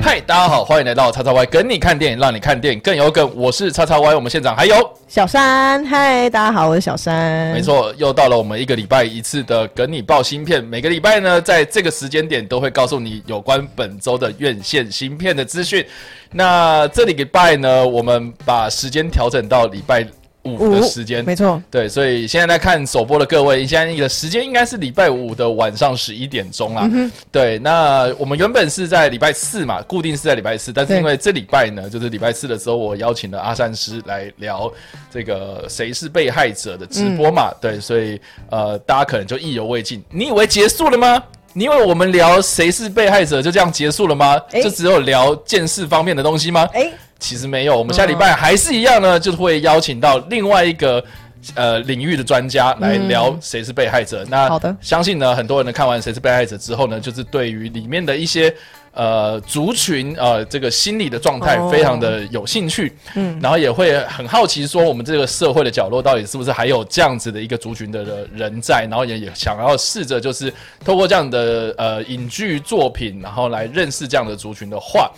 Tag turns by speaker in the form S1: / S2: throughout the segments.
S1: 嗨，大家好，欢迎来到叉叉 Y 跟你看电影，让你看电影更有梗。我是叉叉 Y，我们现场还有，
S2: 小山，嗨，大家好，我是小山。
S1: 没，错，又到了我们一个礼拜一次的跟你报新片。每个礼拜呢，在这个时间点都会告诉你有关本周的院线新片的资讯。那这礼拜呢，我们把时间调整到礼拜五的时间。
S2: 没错，
S1: 对，所以现在在看首播的各位，现在你的时间应该是礼拜五的晚上十一点钟啦。
S2: 嗯
S1: 对，那我们原本是在礼拜四嘛，固定是在礼拜四，但是
S2: 对
S1: 因为这礼拜呢，就是礼拜四的时候，我邀请了阿善师来聊这个谁是被害者的直播嘛。
S2: 嗯
S1: 对，所以呃，大家可能就意犹未尽。你以为结束了吗？你以为我们聊谁是被害者就这样结束了吗？
S2: 诶
S1: 就只有聊见识方面的东西吗？
S2: 哎、
S1: 其实没有，我们下礼
S2: 嗯
S1: 拜还是一样呢，就是会邀请到另外一个呃领域的专家来聊谁是被害者。那
S2: 嗯好的
S1: 相信呢，很多人呢看完《谁是被害者》之后呢，就是对于里面的一些。呃，族群呃，这个心理的状态
S2: 哦
S1: 非常的有兴趣，嗯，然后也会很好奇，说我们这个社会的角落到底是不是还有这样子的一个族群的人在，然后也也想要试着就是透过这样的呃影剧作品，然后来认识这样的族群的话，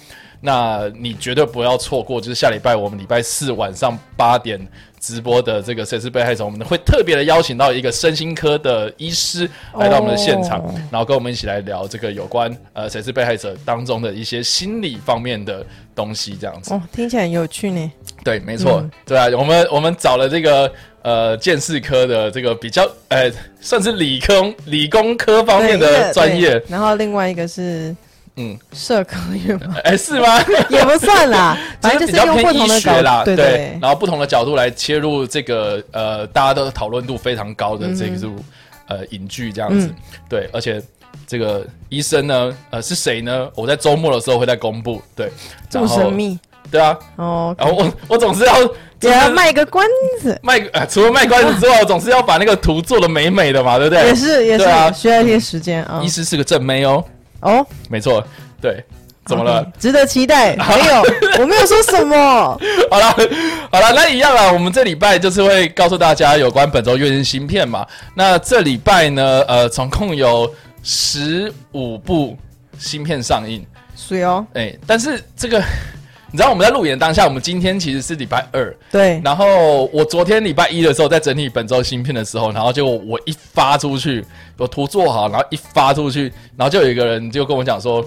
S1: 那你绝对不要错过，就是下礼拜我们礼拜四晚上八点直播的这个《谁是被害者》，我们会特别的邀请到一个身心科的医师来到我们的现场，
S2: 哦
S1: 然后跟我们一起来聊这个有关呃《谁是被害者》当中的一些心理方面的东西，这样子。
S2: 哦，听起来很有趣呢。
S1: 对，没错，
S2: 嗯
S1: 对啊，我们我们找了这个呃，建识科的这个比较呃，算是理工理工科方面
S2: 对一
S1: 的
S2: 个
S1: 专业
S2: 对，然后另外一个是
S1: 嗯，
S2: 社科院 嘛，
S1: 哎、是吗？
S2: 也不 算啦，反
S1: 就是比
S2: 正就是
S1: 较
S2: 用不
S1: 偏医
S2: 同的
S1: 学
S2: 角
S1: 啦，
S2: 度，对对
S1: 然后不同的角度来切入这个呃，大家都讨论度非常高的这
S2: 嗯
S1: 个、呃影剧这样子，对，而且这个医生呢，呃是谁呢？我在周末的时候会再公布，对，
S2: 这么
S1: 然后
S2: 神，秘
S1: 对啊，
S2: 哦，
S1: 然后我我总是要
S2: 也
S1: 就是
S2: 要卖个关子，
S1: 卖呃，除了卖关子之外，我总是要把那个图做的美美的嘛，对不对
S2: 也？是也是、
S1: 对啊
S2: 需要一些时间啊
S1: 医。师是个正妹哦，
S2: 哦，
S1: 没错，对，怎么了？
S2: OK，值得期 待。没有，我没有说什么。
S1: 好了， 好了，那一样啦。我们这礼拜就是会告诉大家有关本周月日新片嘛。那这礼拜呢，呃，总共有十五部新片上映，
S2: 水哦，
S1: 哎、但是这个 你知道我们在路演当下，我们今天其实是礼拜二，
S2: 对，
S1: 然后我昨天礼拜一的时候在整理本周新片的时候，然后就我一发出去，我图做好，然后一发出去，然后就有一个人就跟我讲说。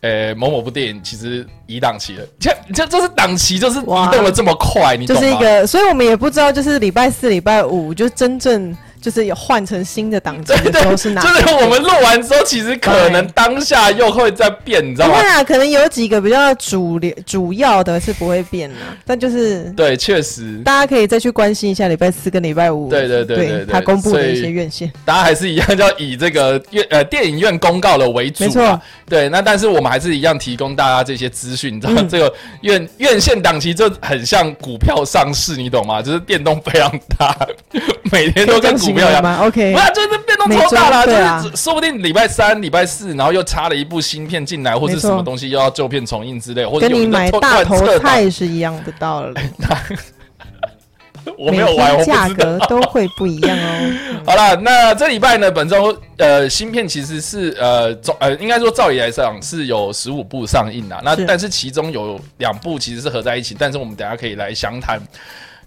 S1: 呃，某某部电影其实移档期了，这这这是档期，就是移
S2: 哇
S1: 动的这么快，你懂
S2: 就
S1: 吗？
S2: 是一 个，所以我们也不知道，就是礼拜四、礼拜五，就真正就是有换成新的档期
S1: 对
S2: 的时
S1: 对，
S2: 候是哪？
S1: 就是我们录完之后，其实可能当下又会再变，你知道
S2: 不
S1: 吗
S2: 会？啊，可能有几个比较主流、主要的是不会变的，啊但就是
S1: 对，确实，
S2: 大家可以再去关心一下礼拜四跟礼拜五，
S1: 对对对对对
S2: 他公布
S1: 所
S2: 的
S1: 以
S2: 一些院线，
S1: 大家还是一样要以这个院呃电影院公告的为主
S2: 没
S1: 啊
S2: 错。
S1: 对，那但是我们还是一样提供大家这些资讯，你知道、
S2: 嗯
S1: 这个院院线档期就很像股票上市，你懂吗？就是变动非常大， 每天都
S2: 这
S1: 跟
S2: 样
S1: 股
S2: 形
S1: 票一
S2: 容
S1: 样。
S2: 吗？OK，
S1: 不是，啊就是变动超大啦，
S2: 每周对啊
S1: 就是说不定礼拜三、礼拜四，然后又插了一部新片进来，或是
S2: 没错
S1: 什么东西又要旧片重映之类，或者
S2: 跟
S1: 有
S2: 你
S1: 人
S2: 买
S1: 就
S2: 大
S1: 突然撤
S2: 头
S1: 档
S2: 菜是一样的道理，
S1: 我没
S2: 每
S1: 有 玩，我
S2: 天
S1: 不知
S2: 价
S1: 道。
S2: 格都会不一 样哦。
S1: 好了，那这礼拜呢，本周呃新片其实是呃总呃应该说照理来讲是有十五部上映啦，那
S2: 是
S1: 但是其中有两部其实是合在一起，但是我们等一下可以来详谈。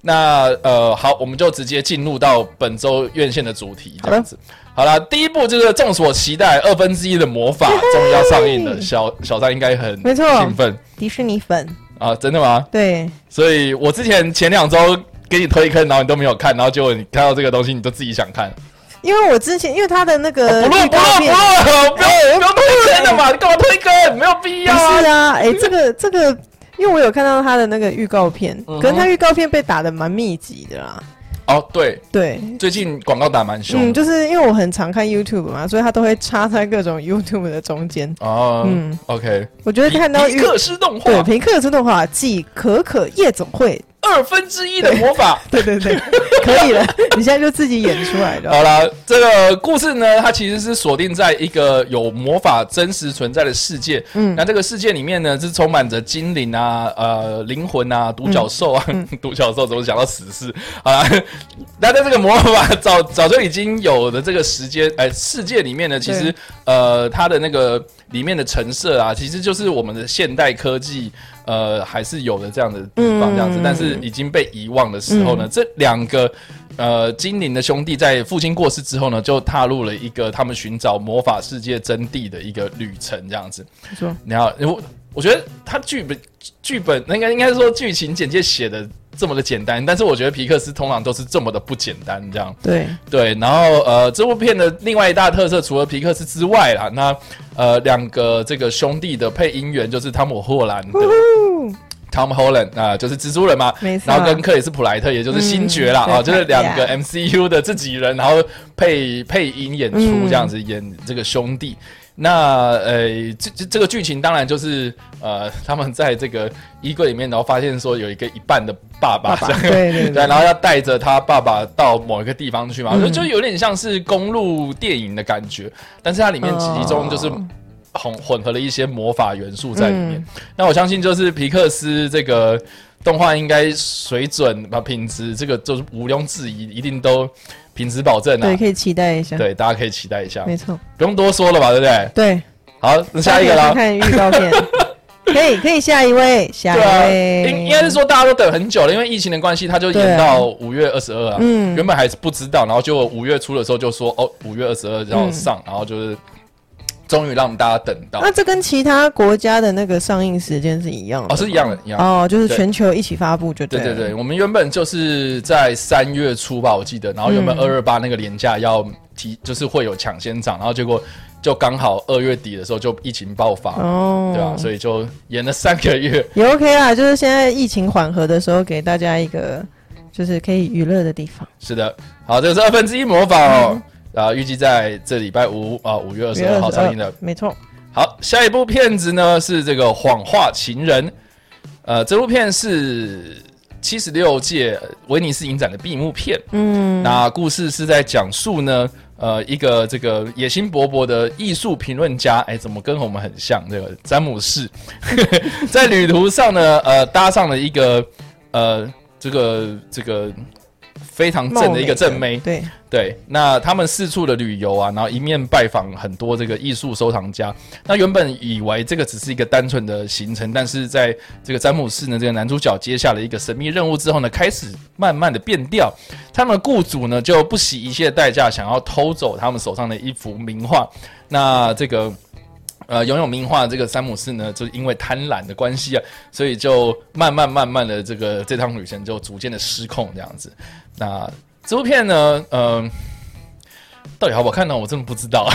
S1: 那呃好，我们就直接进入到本周院线的主题这样子。好了，第一部就是众所期待二分之一的魔法终于要上映了，小小三应该很
S2: 没错
S1: 兴奋
S2: 迪士尼粉，
S1: 啊，真的吗？
S2: 对，
S1: 所以我之前前两周给你推坑，然后你都没有看，然后结果你看到这个东西，你就自己想看。
S2: 因为我之前因为他的那个
S1: 哦不录
S2: 预
S1: 不
S2: 告
S1: 录不
S2: 片。
S1: 录，不要不要推坑了嘛！你干嘛推坑？没有必要
S2: 哎不是
S1: 啊！
S2: 啊，哎、这个这个，因为我有看到他的那个预告片，
S1: 嗯哼
S2: 可能他预告片被打的蛮密集的啦。
S1: 哦，对，
S2: 对，
S1: 最近广告打蛮凶
S2: 嗯，
S1: 的
S2: 就是因为我很常看 YouTube 嘛，所以他都会插在各种 YouTube 的中间。
S1: 哦。
S2: 嗯
S1: ，OK。
S2: 我觉得看到
S1: 皮
S2: 预
S1: 克斯动画
S2: 对，平克斯动画继可可夜总会
S1: 二分之一的魔法。
S2: 对对对，可以了，你现在就自己演出来的。
S1: 好啦，这个故事呢，它其实是锁定在一个有魔法真实存在的世界。嗯，那这个世界里面呢，是充满着精灵啊、呃、灵魂啊、独角兽啊、 独角兽怎么想到死士啊？那在这个魔法早早就已经有的这个时间，哎、世界里面呢，其实呃，它的那个里面的陈设啊，其实就是我们的现代科技。呃，还是有的这样的地方，这样子，但是已经被遗忘的时候呢，这两个呃精灵的兄弟在父亲过世之后呢，就踏入了一个他们寻找魔法世界真谛的一个旅程，这样子。
S2: 没错
S1: 然后我我觉得他剧本剧本那应该应该说剧情简介写的这么的简单，但是我觉得皮克斯通常都是这么的不简单，这样。
S2: 对，
S1: 对，然后呃，这部片的另外一大特色，除了皮克斯之外啦，那呃，两个这个兄弟的配音员就是汤姆·霍兰的 Tom Holland 啊、就是蜘蛛人嘛，
S2: 没错啊
S1: 然后跟克里斯·普莱特，也就是星爵啦，
S2: 嗯
S1: 啊，就是两个
S2: 对
S1: MCU 的自己人，然后配配音演出这样子演这个兄弟。那呃，这这这个剧情当然就是呃，他们在这个衣柜里面，然后发现说有一个一半的爸爸，
S2: 爸爸
S1: 这样
S2: 对对对嗯
S1: 然后要带着他爸爸到某一个地方去嘛，我觉得就有点像是公路电影的感觉，但是它里面其中就是
S2: 哦
S1: 混混合了一些魔法元素在里面。
S2: 嗯
S1: 那我相信就是皮克斯这个动画应该水准啊品质，这个就是毋庸置疑，一定都品质保证
S2: 对，
S1: 啊。
S2: 可以期待一下。，
S1: 对，大啊家可以期待一下，
S2: 没错，
S1: 不用多说了吧，对不对？
S2: 对。
S1: 好，那下一个啦
S2: 大。家可以去看预告 片，可以可以下一位，下
S1: 对啊，
S2: 一
S1: 应
S2: 位，
S1: 应该是说大家都等很久了，因为疫情的关系，他就
S2: 对
S1: 延
S2: 啊
S1: 到五月二十二啊。
S2: 嗯
S1: 原本还是不知道，然后就五月初的时候就说哦，五月二十二要上，然后就是哦终于让大家等到
S2: 嗯那，这跟其他国家的那个上映时间是一样的
S1: 哦，是一样的，一样的。
S2: 哦，就是全球一起发布就
S1: 对
S2: 对
S1: 对
S2: 了
S1: 对，我们原本就是在三月初吧，我记得，然后
S2: 嗯
S1: 原本二二八那个廉价要提，就是会有抢先涨，然后结果就刚好二月底的时候就疫情爆发，
S2: 哦，
S1: 对吧、所以就延了三个月。
S2: 也 OK 啦，就是现在疫情缓和的时候，给大家一个就是可以娱乐的地方。
S1: 是的，好，这个是二分之一魔法哦，啊、预计在这礼拜五啊五、月二十二号上映的。
S2: 没错，
S1: 好，下一部片子呢是这个《谎话情人》，呃，这部片是七十六届威尼斯影展的闭幕片。
S2: 嗯，
S1: 那故事是在讲述呢，呃，一个这个野心勃勃的艺术评论家，哎，怎么跟我们很像？这个詹姆士 在旅途上呢，呃，搭上了一个呃，这个这个非常正的一个正妹，
S2: 对，
S1: 对，那他们四处的旅游啊，然后一面拜访很多这个艺术收藏家。那原本以为这个只是一个单纯的行程，但是在这个詹姆士呢，这个男主角接下了一个神秘任务之后呢，开始慢慢的变调。他们的雇主呢，就不惜一切代价想要偷走他们手上的一幅名画。那这个。呃，拥有名画的这个詹姆士呢，就是因为贪婪的关系啊，所以就慢慢慢慢的这个这趟旅程就逐渐的失控这样子。那这部片呢，嗯、到底好不好看呢？我真的不知道。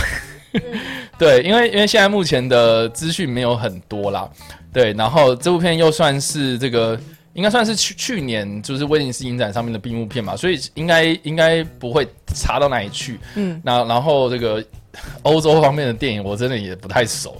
S2: 嗯
S1: 对，因为因为现在目前的资讯没有很多啦，对，然后这部片又算是这个，应该算是去去年就是威尼斯影展上面的闭幕片嘛，所以应该应该不会差到哪里去。
S2: 嗯，
S1: 那然后这个欧洲方面的电影我真的也不太熟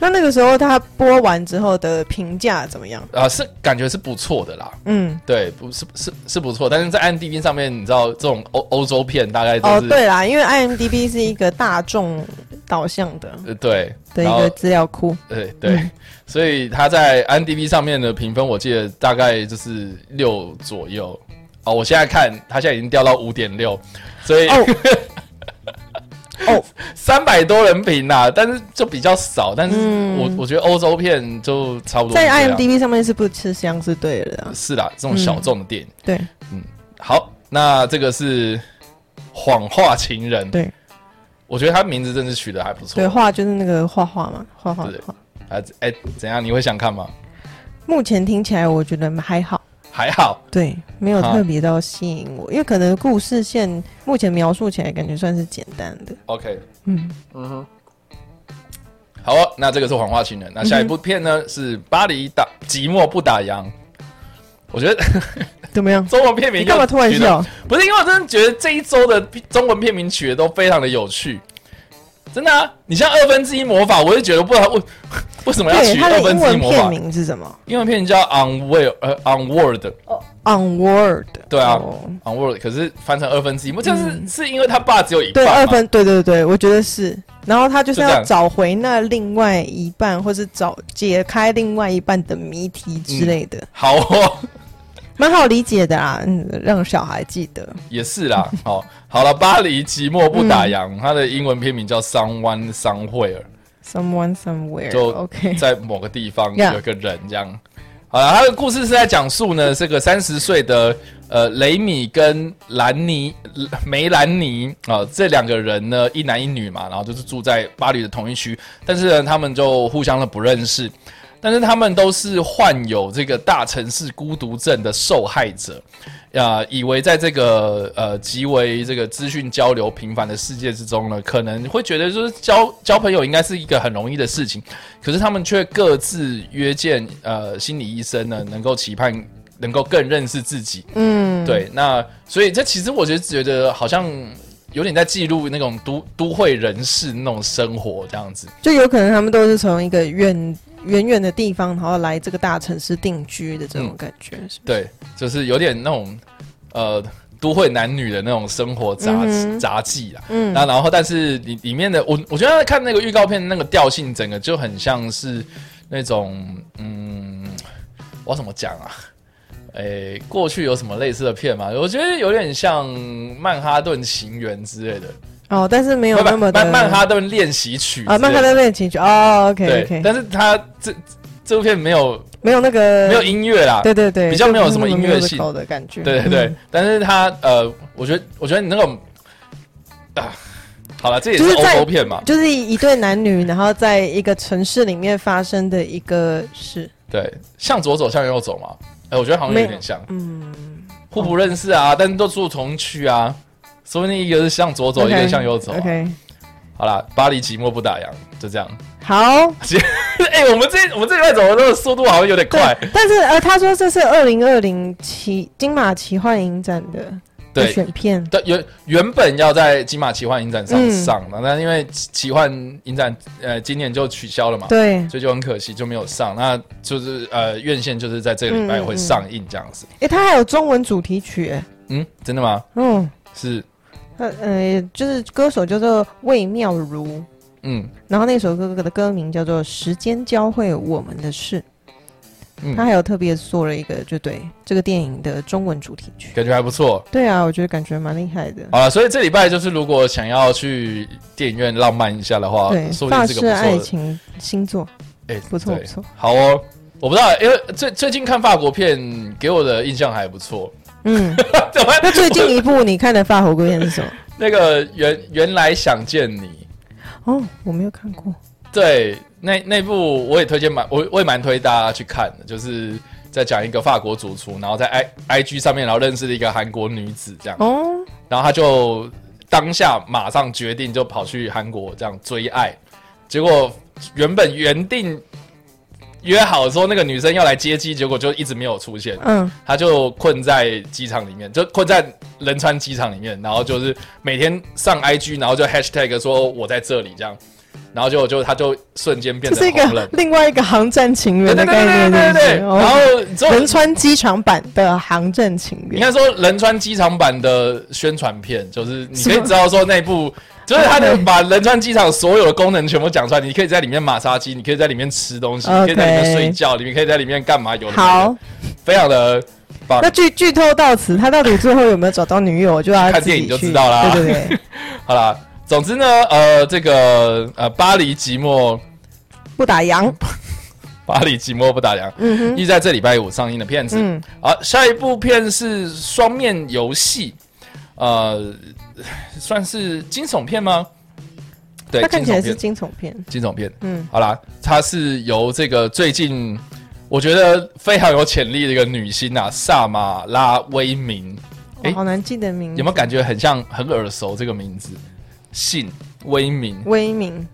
S2: 那那个时候他播完之后的评价怎么样？
S1: 啊、是感觉是不错的啦，
S2: 嗯，
S1: 对，不是是是不错，但是在 i m d b 上面，你知道这种欧欧洲片大概都
S2: 哦，
S1: 是、
S2: 对啦，因为 IMDB 是一个大众导向的
S1: 呃对
S2: 的一
S1: 然后
S2: 个资料库，
S1: 对 对，所以他在 i m d b 上面的评分，我记得大概就是六左右。哦，我现在看他现在已经掉到五点六，所以
S2: 哦哦，
S1: 三百多人评啦、但是就比较少。但是我、我觉得欧洲片就差不多
S2: 嗯在
S1: 是这样
S2: IMDB 上面是不吃香是对的啊，
S1: 是啦，这种小众的电影。
S2: 对
S1: 好，那这个是《谎话情人》，
S2: 对
S1: 我觉得他名字真是取得还不错
S2: 对，。画就是那个画画嘛，画画
S1: 对
S2: 画。
S1: 啊，哎、怎样？你会想看吗？
S2: 目前听起来我觉得还好，
S1: 还好，
S2: 对，没有
S1: 啊
S2: 特别到吸引我，因为可能故事线目前描述起来感觉算是简单的。
S1: OK，
S2: 嗯
S1: 好哦，那这个是《谎话情人》。那下一部片呢、是《巴黎打寂寞不打烊》。我觉得
S2: 怎么样？
S1: 中文片名
S2: 你干嘛
S1: 就
S2: 突然
S1: 取得？
S2: 笑？
S1: 不是因为我真的觉得这一周的中文片名取的都非常的有趣，真的啊！你像二分之一魔法，我就觉得不知道我为什么要
S2: 对，
S1: 取
S2: 它的
S1: 二分
S2: 英
S1: 之一
S2: 文
S1: 魔
S2: 片
S1: 法？
S2: 名是什么
S1: 英文片叫 Onward，呃，Onward，
S2: ？Onward。
S1: 对啊
S2: 哦
S1: Onward，可是翻成二分之一，不就是是因为他爸只有一半
S2: 嗯对，
S1: 嘛
S2: 二分，对对对，我觉得是。然后他就是
S1: 就这
S2: 要
S1: 样
S2: 找回那另外一半，或是找解开另外一半的谜题之类的，
S1: 好哦，
S2: 蛮好理解的啊。嗯，让小孩记得。
S1: 也是啦。好，好了，巴黎寂寞不打烊，它的英文片名叫 Someone Somewhere，
S2: Someone somewhere，
S1: 就
S2: OK。
S1: 在某个地方
S2: Yeah
S1: 有一个人这样。好了，他的故事是在讲述呢，这个三十岁的呃雷米跟兰尼梅兰妮啊、这两个人呢，一男一女嘛，然后就是住在巴黎的同一区，但是呢，他们就互相的不认识，但是他们都是患有这个大城市孤独症的受害者。啊、以为在这个呃极为这个资讯交流频繁的世界之中呢，可能会觉得就是交交朋友应该是一个很容易的事情，可是他们却各自约见呃心理医生呢，能够期盼能够更认识自己。
S2: 嗯，
S1: 对，那所以这其实我就觉得好像有点在记录那种都都会人士那种生活这样子。
S2: 就有可能他们都是从一个远远远的地方，然后来这个大城市定居的这种
S1: 嗯
S2: 感觉。是不是
S1: 对，就是有点那种呃都会男女的那种生活杂、
S2: 嗯哼
S1: 杂技啦。
S2: 嗯
S1: 那然后，但是里里面的我，我觉得看那个预告片那个调性，整个就很像是那种，嗯，我要怎么讲啊？诶，过去有什么类似的片吗？我觉得有点像《曼哈顿情缘》之类的，
S2: 哦，但是没有
S1: 不不
S2: 那么的
S1: 曼曼哈顿练习曲
S2: 啊，
S1: 之类
S2: 曼
S1: 的
S2: 哈顿恋情曲哦，OK
S1: 对
S2: OK，，
S1: 但是它这这部片没有
S2: 没有那个
S1: 没有，音乐啦，
S2: 对对对，
S1: 比较
S2: 就
S1: 没有
S2: 不是
S1: 什么
S2: 那
S1: 音乐
S2: musical 的感觉。
S1: 对对对，但是他呃，我觉得我觉得你那种啊，好了，这也
S2: 就是是
S1: 欧
S2: 在
S1: 洲片嘛
S2: 嗯，，就是一一对男女，然后在一个城市里面发生的一个事。
S1: 对，向左走，向右走嘛，哎、我觉得好像
S2: 没
S1: 有
S2: 有
S1: 点像，
S2: 嗯，
S1: 互不认识啊，但是都住同区啊，说不定一个是向左走
S2: OK，
S1: 一个是向右走啊、
S2: OK，
S1: 好啦，巴黎寂寞不打烊，就这样。
S2: 好，
S1: 哎、我们这我们这一块走的那个速度好像有点
S2: 对
S1: 快，，
S2: 但是呃，他说这是二零二零奇金马奇幻影展的的
S1: 对。
S2: 选片，
S1: 对，原原本要在金马奇幻影展上
S2: 嗯
S1: 上的，但因为奇奇幻影展呃今年就取消了嘛，
S2: 对，
S1: 所以就很可惜就没有上。那就是呃，院线就是在这个礼拜
S2: 嗯
S1: 会上映这样子。
S2: 诶，他还有中文主题曲耶，
S1: 嗯真的吗？
S2: 嗯，
S1: 是，
S2: 他呃，就是歌手叫做魏妙如，
S1: 嗯
S2: 然后那首歌的歌名叫做《时间教会我们的事》，他
S1: 嗯，
S2: 还有特别做了一个，就对这个电影的中文主题曲。
S1: 感觉还不错。
S2: 对啊，我觉得感觉蛮厉害的。
S1: 好了，所以这礼拜就是如果想要去电影院浪漫一下的话，
S2: 对，
S1: 啊说不
S2: 法
S1: 定是
S2: 式
S1: 个
S2: 爱
S1: 不错
S2: 情星座
S1: 的，哎，
S2: 不错
S1: 对
S2: 不错。
S1: 好哦，我不知道，因为最最近看法国片给我的印象还不错。
S2: 嗯，
S1: 怎么
S2: 那最近一部你看的法国片是什么？
S1: 那个原原来想见你，
S2: 哦，我没有看过。
S1: 对，那那部我也推荐蛮，我我也蛮推大家去看的，就是在讲一个法国主厨，然后在 i i g 上面，然后认识了一个韩国女子这样，
S2: 哦，
S1: 然后他就当下马上决定就跑去韩国这样追爱，结果原本原定约好说那个女生要来接机，结果就一直没有出现，
S2: 嗯，
S1: 他就困在机场里面，就困在仁川机场里面，然后就是每天上 IG，然后就 hashtag 说我在这里这样，然后就就他就瞬间变
S2: 这是
S1: 成
S2: 一
S1: 红
S2: 个
S1: 人，
S2: 另外一个航站情
S1: 对
S2: 缘
S1: 对
S2: 的
S1: 对
S2: 概
S1: 对
S2: 念，
S1: 对对对，
S2: 是不是
S1: 然
S2: 哦
S1: 后之后
S2: 仁川机场版的航站情
S1: 你
S2: 缘。
S1: 看说仁川机场版的宣传片，就是你可以
S2: 是吗
S1: 知道说那部。就是他 的把仁川机场所有的功能全部讲出来，你可以在里面马杀鸡，你可以在里面吃东西，你可以在里面
S2: OK
S1: 睡觉，你可以在里面干嘛？有的没的
S2: 好，，
S1: 非常的棒
S2: 那。剧剧透到此，他到底最后有没有找到女 友，就要
S1: 看
S2: 自己
S1: 电影就
S2: 去
S1: 知道啦
S2: 对对 对，
S1: 好啦，总之呢，呃，这个呃，巴黎寂寞，
S2: 不打烊。
S1: 巴黎寂寞不打烊，
S2: 嗯哼，
S1: 亦在这礼拜五上映的片子。
S2: 嗯，
S1: 好，下一部片是《双面游戏》，呃，算是惊悚片吗？对，
S2: 他看起来
S1: 惊悚
S2: 是
S1: 片
S2: 惊悚片。
S1: 惊悚片。
S2: 嗯，
S1: 好啦，它是由这个最近我觉得非常有潜力的一个女星啊，萨马拉威明，
S2: 我
S1: 诶
S2: 哦好难记得名字。
S1: 有没有感觉很像很耳熟这个名字？信威明，
S2: 威名？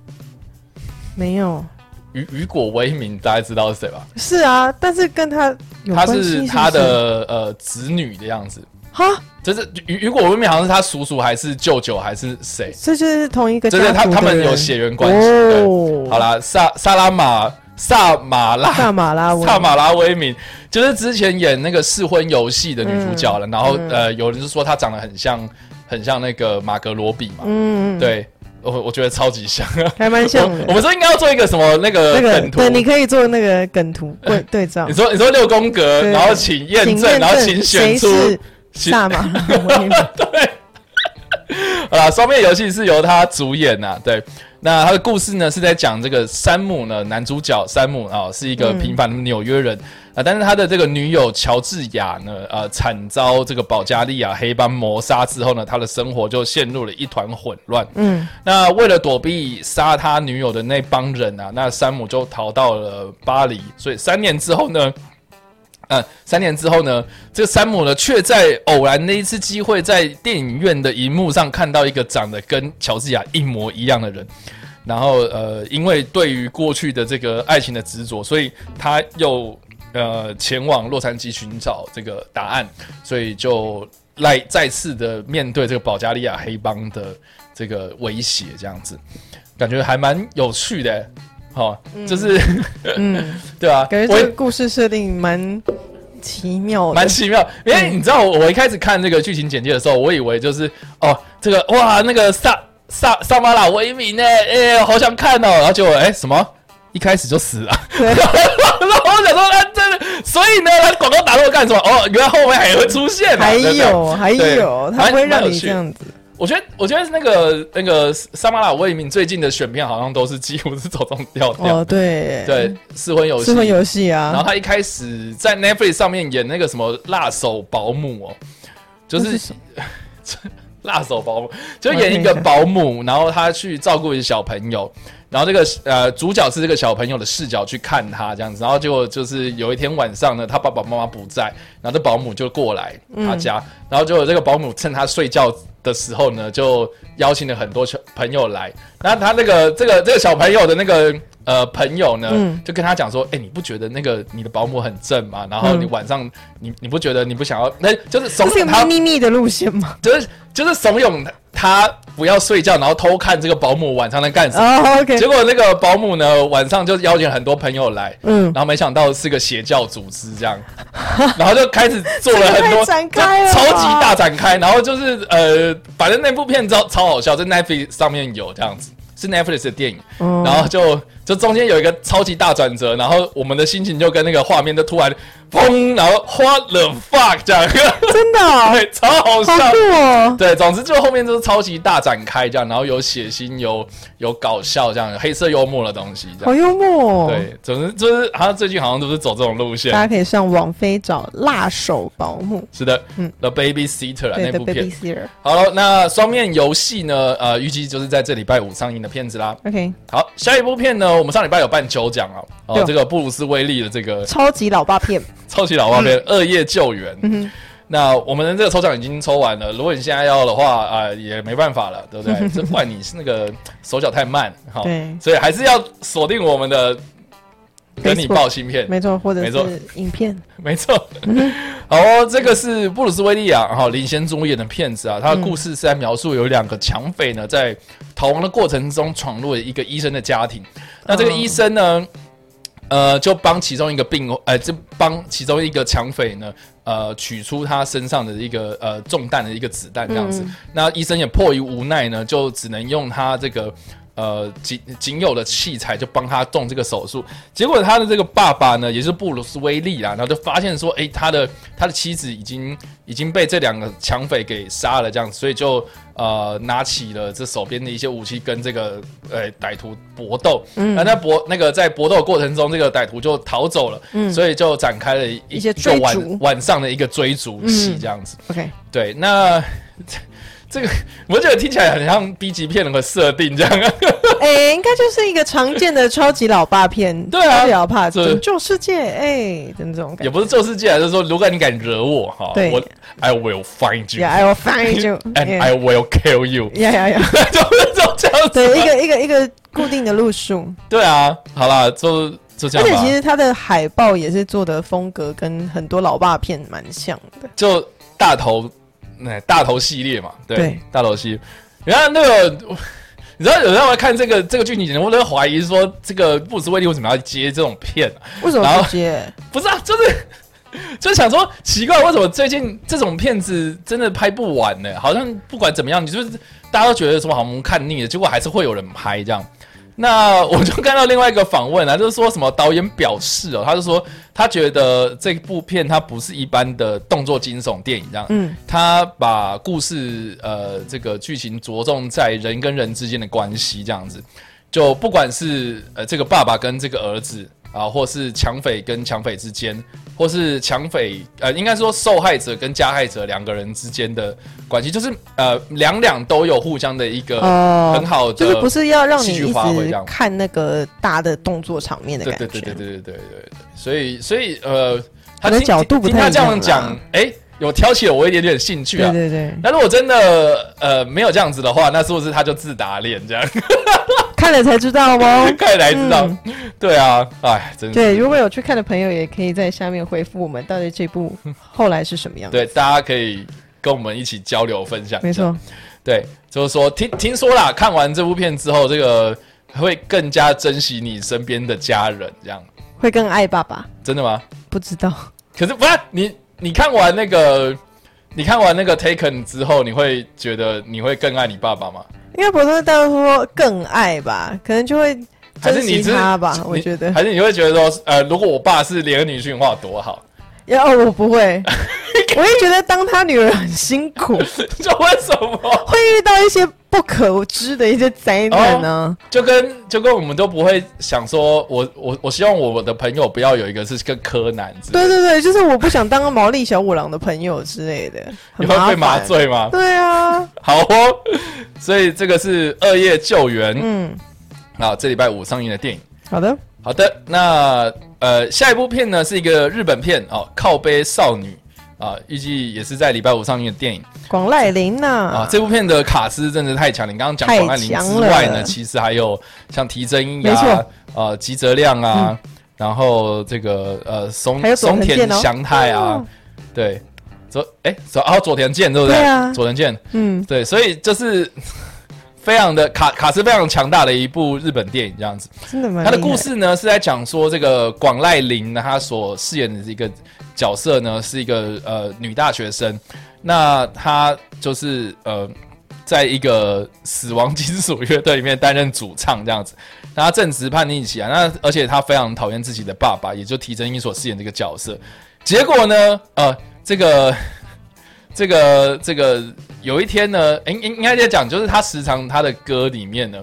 S2: 没有。
S1: 雨雨果威明，大家知道是谁吧？
S2: 是啊，但是跟他有
S1: 她
S2: 关系不
S1: 是她的呃子女的样子，
S2: 哈，
S1: 就是雨雨果威明好像是她叔叔还是舅舅还是谁？
S2: 这就是同一个家
S1: 对
S2: 族
S1: 对，
S2: 的
S1: 他他们
S2: 人
S1: 有血缘关系。对，
S2: 哦，
S1: 好啦，萨萨拉玛萨马拉
S2: 萨马拉文，
S1: 萨马拉威敏，就是之前演那个试婚游戏的女主角
S2: 嗯
S1: 了。然后、呃，有人就说她长得很像，很像那个马格罗比嘛。
S2: 嗯，
S1: 对，我我觉得超级像。
S2: 还蛮像
S1: 我我
S2: 的。
S1: 们说应该要做一个什么那个
S2: 那个
S1: 呃梗图。
S2: 对，你可以做那个梗图对对照
S1: 你，说你说六宫格，
S2: 对
S1: 然后请验
S2: 请
S1: 证，
S2: 验
S1: 然后
S2: 证
S1: 请
S2: 谁
S1: 选出
S2: 是
S1: 请
S2: 萨 马拉文。
S1: 好啦，双面游戏是由他主演呐、对。那他的故事呢是在讲这个山姆呢，男主角山姆啊、是一
S2: 嗯
S1: 个平凡的纽约人啊、但是他的这个女友乔治亚呢，呃，惨遭这个保加利亚黑帮谋杀之后呢，他的生活就陷入了一团混乱。
S2: 嗯，
S1: 那为了躲避杀他女友的那帮人啊，那山姆就逃到了巴黎。所以三年之后呢，呃，三年之后呢，这个山姆呢却在偶然的一次机会，在电影院的荧幕上看到一个长得跟乔治亚一模一样的人。然后呃，因为对于过去的这个爱情的执着，所以他又呃前往洛杉矶寻找这个答案，所以就来再次的面对这个保加利亚黑帮的这个威胁，这样子感觉还蛮有趣的。好、就是、
S2: 嗯，
S1: 对啊，
S2: 感觉
S1: 我
S2: 这个故事设定蛮奇妙
S1: 蛮
S2: 的。
S1: 奇妙，因为你知道我，我一开始看这个剧情简介的时候，我以为就是哦，这个哇，那个萨萨萨马拉威明呢，哎、好想看哦，然后结果哎、什么，一开始就死了，
S2: 对
S1: 然后我想说他真的，所以呢，他广告打那么干什么？哦，原来后面还会出现、啊，
S2: 还
S1: 对不对
S2: 有还
S1: 对
S2: 有，他
S1: 蛮
S2: 不会
S1: 蛮
S2: 让
S1: 有
S2: 你
S1: 趣
S2: 这样子。
S1: 我觉得，我觉得那个那个萨马拉威明最近的选片好像都是几乎是走这种调调，
S2: 哦，对，
S1: 对，试婚游戏，
S2: 是魂游戏
S1: 然后
S2: 啊，
S1: 他一开始在 Netflix 上面演那个什么辣手保姆哦，就
S2: 那是
S1: 是
S2: 什
S1: 辣手保姆，就
S2: 我
S1: 演一
S2: 听一
S1: 个
S2: 下
S1: 保姆，然后他去照顾一个小朋友，然后这个呃主角是这个小朋友的视角去看他这样子，然后结果就是有一天晚上呢，他爸爸妈妈不在，然后这保姆就过来他家，然后结果这个保姆趁他睡觉。的时候呢，就邀请了很多小朋友来。那他那个这个这个小朋友的那个呃朋友呢，
S2: 嗯
S1: 就跟他讲说：“哎、你不觉得那个你的保姆很正吗？然后你
S2: 嗯
S1: 晚上、你你不觉得你不想要？那就是怂
S2: 这是
S1: 恿
S2: 个
S1: 他
S2: 秘密的路线吗？
S1: 就是就是怂恿他不要睡觉，然后偷看这个保姆晚上在干什么。
S2: 哦，OK，
S1: 结果那个保姆呢，晚上就邀请很多朋友来，
S2: 嗯
S1: 然，后没想到是个邪教组织 这样，然后就开始做了
S2: 这个
S1: 很多
S2: 太展开了
S1: 就
S2: 吧
S1: 超级大展开，然后就是呃，反正那部片超超好笑，在 Netflix 上面有这样子，是 Netflix 的电影，
S2: 哦
S1: 然后就就中间有一个超级大转折，然后我们的心情就跟那个画面就突然砰，然后 What the fuck 这样，
S2: 真的哦，
S1: 对，超好笑
S2: 好。酷 哦，
S1: 对，总之就后面就是超级大展开这样，然后有血腥，有有搞笑这样，黑色幽默的东西这样。
S2: 好幽默哦。
S1: 对，总之就是好像最近好像都是走这种路
S2: 大家
S1: 线。
S2: 可以上网飞找辣手保姆，
S1: 是的，
S2: 嗯
S1: 嗯，《The Baby Sitter》啊，
S2: 对
S1: 那
S2: 的
S1: 部
S2: ，Baby
S1: 片。
S2: Sitter。
S1: 好了，那双面游戏呢？呃，预计就是在这礼拜五上映的片子啦。
S2: OK，
S1: 好，下一部片呢，我们上礼拜有办九奖啊，哦
S2: 有，
S1: 这个布鲁斯威利的这个
S2: 超级老爸片，
S1: 超级老外片《恶夜救援》。
S2: 嗯
S1: 那我们的这个抽奖已经抽完了，如果你现在要的话，啊、也没办法了，对不 对？这不然你是那个手脚太慢，哈，
S2: 对
S1: 所以还是要锁定我们的跟你
S2: Facebook
S1: 报芯片
S2: 哼，，没错，或者
S1: 没错
S2: 是影片，
S1: 没错。好、哦，这个是布鲁斯威利啊，哈、领先主演的片子啊，他的故事是在描述有两个抢匪呢，在逃亡的过程中闯入了一个医生的家庭，那这个医生呢，呃，就帮其中一个病，呃，就帮其中一个抢匪呢。呃，取出他身上的一个呃中弹的一个子弹这样子，
S2: 嗯
S1: 那医生也迫于无奈呢，就只能用他这个呃仅仅有的器材就帮他动这个手术。结果他的这个爸爸呢，也就是布鲁斯威利啊啦，然后就发现说，诶，他的他的妻子已经已经被这两个抢匪给杀了，这样，所以就呃拿起了这手边的一些武器跟这个呃歹徒搏斗。
S2: 嗯
S1: 那在搏那个在搏斗过程中，这个歹徒就逃走了，
S2: 嗯
S1: 所以就展开了一
S2: 一些
S1: 就
S2: 追
S1: 晚
S2: 逐
S1: 晚上的一个追逐戏
S2: 嗯
S1: 这样子。
S2: ，OK，
S1: 对，那 这这个我觉得听起来很像 B 级片的设定这样。啊
S2: 哎，应该就是一个常见的超级老爸片，
S1: 对啊
S2: 超级老爸
S1: 对
S2: 拯救世界，哎的那种
S1: 也
S2: 感觉。
S1: 不是救世界啊，就是说，如果你敢惹我哈，
S2: 对
S1: 我 I will find you
S2: Yeah, I will find you.
S1: and I
S2: Yeah,
S1: will kill you，
S2: yeah, yeah.
S1: 就是这样子。
S2: 对，一个一个一个固定的路数，
S1: 对啊，好啦，就就这
S2: 而
S1: 样
S2: 且
S1: 吧
S2: 其。实它的海报也是做的风格跟很多老爸片蛮像的。
S1: 就哎大头，那、大头系列嘛，对，
S2: 对
S1: 大头系列。然后那个，你你知道有人会看这个这个剧情，我都会怀疑说，这个布鲁斯威利为什么要接这种片、啊？
S2: 为什
S1: 然
S2: 么
S1: 后
S2: 不接？
S1: 不是啊，就是就是想说奇怪，为什么最近这种片子真的拍不完呢？好像不管怎么样，你就是大家都觉得说好我们看腻了，结果还是会有人拍这样。那我就看到另外一个访问啊，就是说什么导演表示哦，他就说他觉得这部片它不是一般的动作惊悚电影这样，
S2: 嗯，
S1: 他把故事呃这个剧情着重在人跟人之间的关系这样子，就不管是呃这个爸爸跟这个儿子啊，或是抢匪跟抢匪之间，或是抢匪呃应该说受害者跟加害者两个人之间的关系，就是呃两两都有互相的一个
S2: 哦
S1: 很好的，
S2: 就是不是要让你
S1: 呃戏剧
S2: 一
S1: 化会这
S2: 直
S1: 样
S2: 看那个大的动作场面的
S1: 对
S2: 感
S1: 对
S2: 觉？
S1: 对对对对对对对，所以所以呃，
S2: 可能
S1: 听
S2: 角度不
S1: 听
S2: 太
S1: 他
S2: 一
S1: 这样
S2: 样
S1: 讲
S2: 啦，
S1: 哎、有挑起了我一点点兴趣啊，
S2: 对对对
S1: 那如果真的呃没有这样子的话，那是不是他就自打脸这样？
S2: 看了才知道哦。
S1: 看来知道，对啊，哎，真
S2: 对，
S1: 是
S2: 如果有去看的朋友，也可以在下面回复我们到底这部后来是什么样。，
S1: 对，大家可以跟我们一起交流分享。
S2: 没错，
S1: 对，就是说听听说啦，看完这部片之后，这个会更加珍惜你身边的家人，这样
S2: 会更爱爸爸。
S1: 真的吗？
S2: 不知道，
S1: 可是不是你你看完那个你看完那个 Taken 之后，你会觉得你会更爱你爸爸吗？
S2: 应该不会大家说更爱吧，可能就会
S1: 还是
S2: 珍
S1: 你
S2: 惜
S1: 只是
S2: 他吧。我
S1: 你
S2: 觉得，
S1: 还是你会觉得说，呃，如果我爸是连个女性化多好。
S2: 要哦我不会，我也觉得当他女儿很辛苦，
S1: 就为什么？
S2: 会遇到一些不可知的一些灾难呢、
S1: 就跟就跟我们都不会想说，我我我希望我的朋友不要有一个是跟柯南之类
S2: 对对对，就是我不想当个毛利小五郎的朋友之类的，
S1: 你
S2: 很
S1: 会被
S2: 麻
S1: 麻
S2: 烦。
S1: 醉吗？
S2: 对啊，
S1: 好哦，所以这个是《恶夜救援》
S2: 嗯，
S1: 啊，这礼拜五上映的电影。
S2: 好的，
S1: 好的，那呃，下一部片呢是一个日本片哦，《靠背少女》啊，预计也是在礼拜五上映的电影
S2: 广濑铃呐、
S1: 啊。这部片的卡斯真的太强了，你刚刚讲
S2: 太
S1: 广濑铃之
S2: 强
S1: 外呢，
S2: 了
S1: 其实还有像提真英
S2: 没
S1: 啊
S2: 错，
S1: 呃，吉泽亮啊，然后这个呃松
S2: 还有佐
S1: 松
S2: 藤
S1: 田
S2: 健哦
S1: 翔太啊
S2: 哦，
S1: 对，佐哎佐哦佐田健对不
S2: 对啊
S1: 佐田健
S2: 嗯，
S1: 对，所以就是。 非常的卡卡斯非常强大的一部日本电影这样子，
S2: 真的蛮
S1: 他的
S2: 厉害
S1: 故事呢是在讲说这个广濑铃呢，她所饰演的这个角色呢是一个呃女大学生，那她就是呃在一个死亡金属乐队里面担任主唱这样子，那她正值叛逆期啊，那而且她非常讨厌自己的爸爸，也就提真英所饰演这个角色，结果呢，呃，这个这个这个有一天呢，应应应该在讲， 就是她时常她的歌里面呢。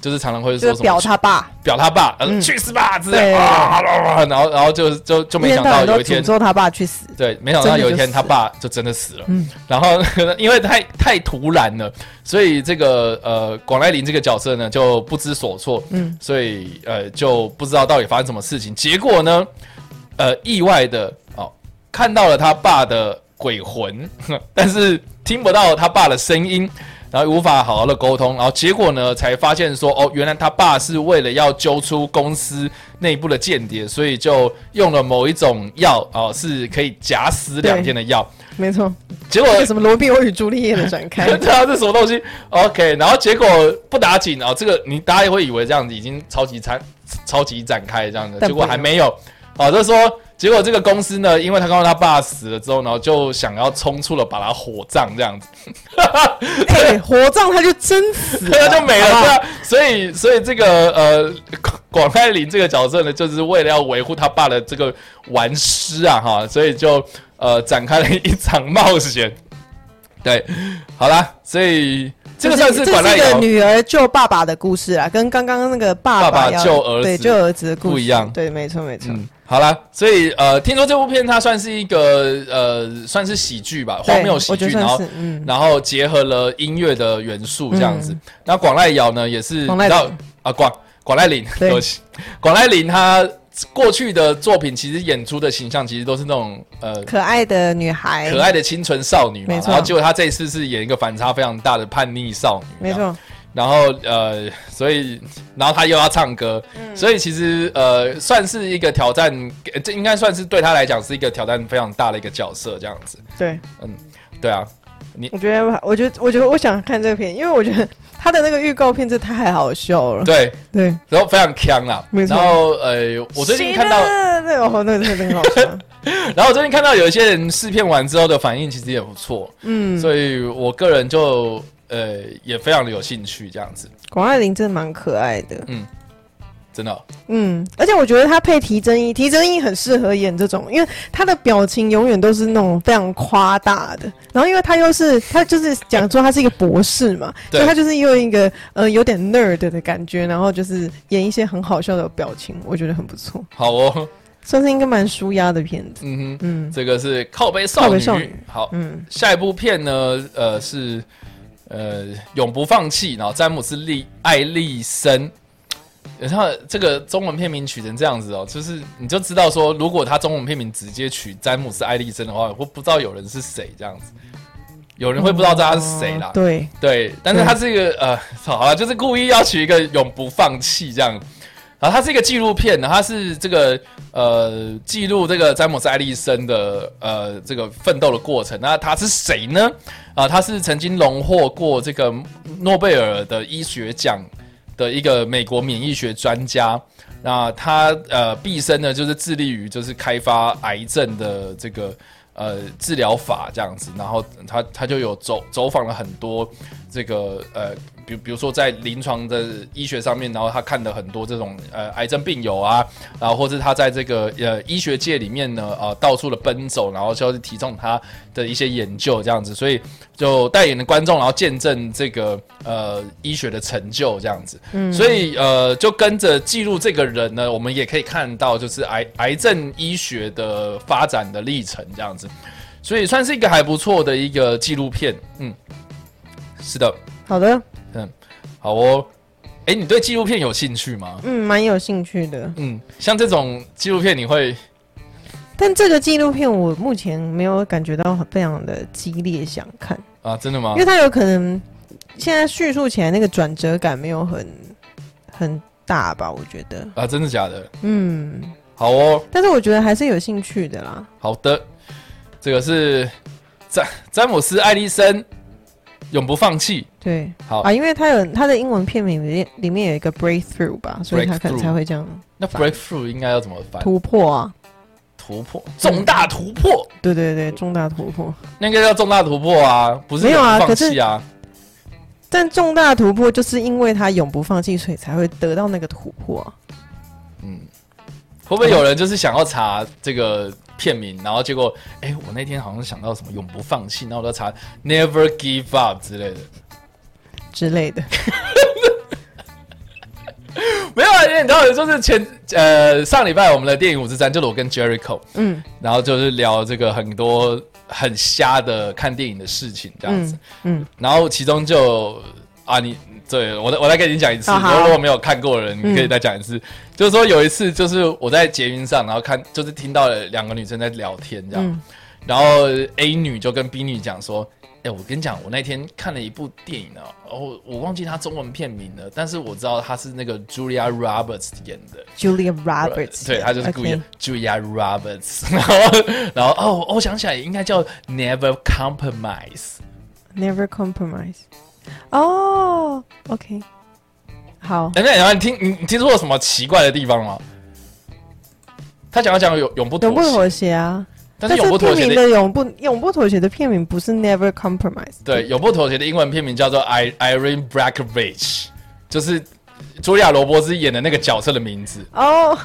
S1: 就是常常会说
S2: 就
S1: 什
S2: 是
S1: 么
S2: 表他爸，
S1: 表他爸，呃
S2: 嗯
S1: 去死吧之类
S2: 对
S1: 的，啊然后然后就就就
S2: 一
S1: 没
S2: 天
S1: 想
S2: 到
S1: 到
S2: 晚都
S1: 有一天
S2: 诅，咒他爸去死，
S1: 对，没想到
S2: 真的
S1: 有一
S2: 就
S1: 天
S2: 死
S1: 他
S2: 了
S1: 爸就真的死了，
S2: 嗯
S1: 然后 因为太太突然了，所以这个呃广濑铃这个角色呢就不知所措，
S2: 嗯，
S1: 所以呃就不知道到底发生什么事情，结果呢，呃意外的哦看到了他爸的鬼魂， 但是听不到他爸的声音。然后无法好好的沟通，然后结果呢，才发现说，哦，原来他爸是为了要揪出公司内部的间谍，所以就用了某一种药，哦，是可以夹死两天的药。
S2: 没错，
S1: 结果
S2: 这个什么罗密欧与朱丽叶的展 开，
S1: 不知道啊这什么东西，OK，然后结果不打紧哦，这个你大家也会以为这样子已经超级展超级展开这样的，
S2: 但
S1: 结果
S2: 不啊
S1: 还没有，哦，就是说。结果这个公司呢，因为他看到他爸死了之后，然后就想要冲出了把他火葬这样子，
S2: 哎，火葬他就真死
S1: 对，
S2: 了，
S1: 他就没了，
S2: 好不好
S1: 对啊。所以，所以这个呃， 广广濑铃这个角色呢，就是为了要维护他爸的这个玩师啊，哈，所以就呃展开了一场冒险。对，好啦，所以这个算是
S2: 这
S1: 广哦
S2: 是
S1: 濑
S2: 一个
S1: 铃
S2: 女儿救爸爸的故事啊，跟刚刚那个爸
S1: 爸爸
S2: 要
S1: 救儿子
S2: 对救儿子的故事
S1: 不一样
S2: 对，没错没错，
S1: 嗯，好啦，所以呃，听说这部片它算是一个呃，算是喜剧吧，
S2: 对
S1: 荒谬喜
S2: 哎我觉
S1: 剧，
S2: 得
S1: 然
S2: 算
S1: 后
S2: 是嗯，
S1: 然后结合了音乐的元素这样子。那广濑遥呢，也是
S2: 广
S1: 你
S2: 濑
S1: 知道
S2: 铃
S1: 啊，广广濑铃，对
S2: 对
S1: 不起，广濑铃她过去的作品其实演出的形象其实都是那种呃
S2: 可爱的女孩，
S1: 可爱的清纯少女嘛，
S2: 哎没
S1: 然
S2: 错
S1: 后结果她这一次是演一个反差非常大的叛逆少女，
S2: 没。错，
S1: 然后呃，所以然后他又要唱歌，
S2: 嗯
S1: 所以其实呃，算是一个挑战，呃这应该算是对他来讲是一个挑战非常大的一个角色，这样子。
S2: 对，
S1: 对啊，
S2: 我觉得，我觉得，我觉得我想看这个片，因为我觉得他的那个预告片，这太好笑了。
S1: 对，
S2: 对，
S1: 然后非常强啦。
S2: 哦没错
S1: 然后呃，我最近看到，
S2: 那个哦，那个真的很好笑。
S1: 然后我最近看到有一些人试片完之后的反应其实也不错，
S2: 嗯，
S1: 所以我个人就呃也非常的有兴趣这样子，
S2: 广爱玲真的蛮可爱的。
S1: 真的哦、
S2: 嗯，而且我觉得她配提真一，提真一很适合演这种，因为她的表情永远都是那种非常夸大的。然后，因为她又是她就是讲说她是一个博士嘛，
S1: 对
S2: 所以她就是用一个呃有点 nerd 的感觉，然后就是演一些很好笑的表情，我觉得很不错，
S1: 好哦，
S2: 算是一个蛮舒压的片子。
S1: 嗯哼，
S2: 嗯
S1: 这个是靠背少
S2: 靠
S1: 女，
S2: 背少女
S1: 好，
S2: 嗯，
S1: 下一部片呢，呃是呃永不放弃，然后詹姆斯利艾利森。然后这个中文片名取成这样子哦，就是你就知道说，如果他中文片名直接取詹姆斯艾利森的话，会不知道有人是谁这样子，有人会不知道他是谁啦。
S2: 哦对，
S1: 对，但是他是一个呃，好了，就是故意要取一个永不放弃这样。然后它是一个纪录片，然后它是这个呃记录这个詹姆斯艾利森的呃这个奋斗的过程。那他是谁呢？啊、他是曾经荣获过这个诺贝尔的医学奖的一个美国免疫学专家。那他呃毕生呢就是致力于就是开发癌症的这个呃治疗法这样子。然后他他就有走走访了很多这个呃，比比如说在临床的医学上面，然后他看了很多这种呃癌症病友啊，然后或是他在这个呃医学界里面呢，呃到处的奔走，然后就是提供他的一些研究这样子，所以就带领的观众，然后见证这个呃医学的成就这样子，嗯，所以呃就跟着记录这个人呢，我们也可以看到就是癌癌症医学的发展的历程这样子，所以算是一个还不错的一个纪录片，嗯，是的。
S2: 好的，
S1: 好哦，哎，你对纪录片有兴趣吗？
S2: 嗯，蛮有兴趣的。
S1: 嗯，像这种纪录片，你会
S2: 但这个纪录片我目前没有感觉到很非常的激烈想看。
S1: 啊，真的吗
S2: 因为？它有可能现在叙述起来那个转折感没有很很大吧，我觉得，
S1: 啊，真的假的？
S2: 嗯，
S1: 好哦，
S2: 但是我觉得还是有兴趣的啦。
S1: 好的，这个是詹詹姆斯·艾利森，永不放弃。
S2: 对，
S1: 好
S2: 啊，因为它有它的英文片名里面里面有一个 breakthrough 吧，所以它可
S1: Breakthrough 哎
S2: 能才会这样
S1: 那 breakthrough 应该要怎么翻？
S2: 突破啊。
S1: 突破，重大突破，
S2: 对对对，重大突破。
S1: 那应该叫重大突破啊，不是
S2: 没有啊
S1: 永不放
S2: 可是
S1: 弃啊。
S2: 但重大突破就是因为他永不放弃，所以才会得到那个突破啊、
S1: 嗯，会不会有人就是想要查这个片名，然后结果，哎、我那天好像想到什么永不放弃，然后我就查 never give up 之类的。
S2: 之类 的。
S1: 没有啊，因为你知道，就是前呃上礼拜我们的电影五十三，就是我跟 Jericho，
S2: 嗯
S1: 然后就是聊这个很多很瞎的看电影的事情这样子，
S2: 嗯嗯，
S1: 然后其中就啊你。对我再我再跟你讲一次，
S2: 好
S1: 如
S2: 好嗯
S1: 果如果没有看过的人，你可以再讲一次。就是说有一次，就是我在捷运上，然后看就是听到了两个女生在聊天这样，
S2: 嗯
S1: 然后 A 女就跟 B 女讲说：“哎、我跟你讲，我那天看了一部电影哦，哦，我忘记它中文片名了，但是我知道它是那个 Julia Roberts 演的。
S2: ，Julia Roberts，
S1: 对，她就是故意
S2: OK
S1: Julia Roberts，然后， 然后哦，我想起来应该叫 Never Compromise，
S2: Never compromise。哦、o k 好，
S1: 等等，然后哎你听你你听说有什么奇怪的地方吗？他讲要讲永永不
S2: 永
S1: 妥
S2: 不
S1: 协，
S2: 妥协啊！
S1: 但是永不妥
S2: 片
S1: 协
S2: 名
S1: 的
S2: 的永不永不妥协的片名不是 Never compromise。
S1: 对永不妥协的英文片名叫做 I Irene Brackovich，就是茱莉亚·罗伯兹演的那个角色的名字，
S2: 哦，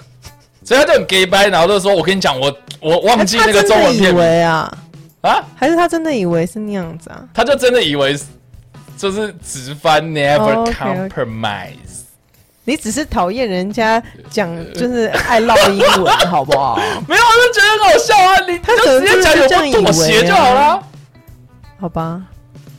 S1: 所以他就很 gay 掰，然后就说：“我跟你讲，我我忘
S2: 还
S1: 记
S2: 哎是他
S1: 那个
S2: 真
S1: 中
S2: 的
S1: 文
S2: 以
S1: 片名
S2: 为啊，
S1: 啊。”
S2: 还是他真的以为是那样子啊？
S1: 他就真的以为就是直翻 Never
S2: 哦，OK，OK
S1: Compromise。
S2: 你只是讨厌人家讲就是爱唠英文，好不 好？
S1: 没有，我就觉得很好笑啊！你
S2: 他
S1: 就
S2: 可能
S1: 直接讲
S2: 就是这样
S1: 有不妥
S2: 以
S1: 协
S2: 为啊
S1: 就好啦。
S2: 好吧，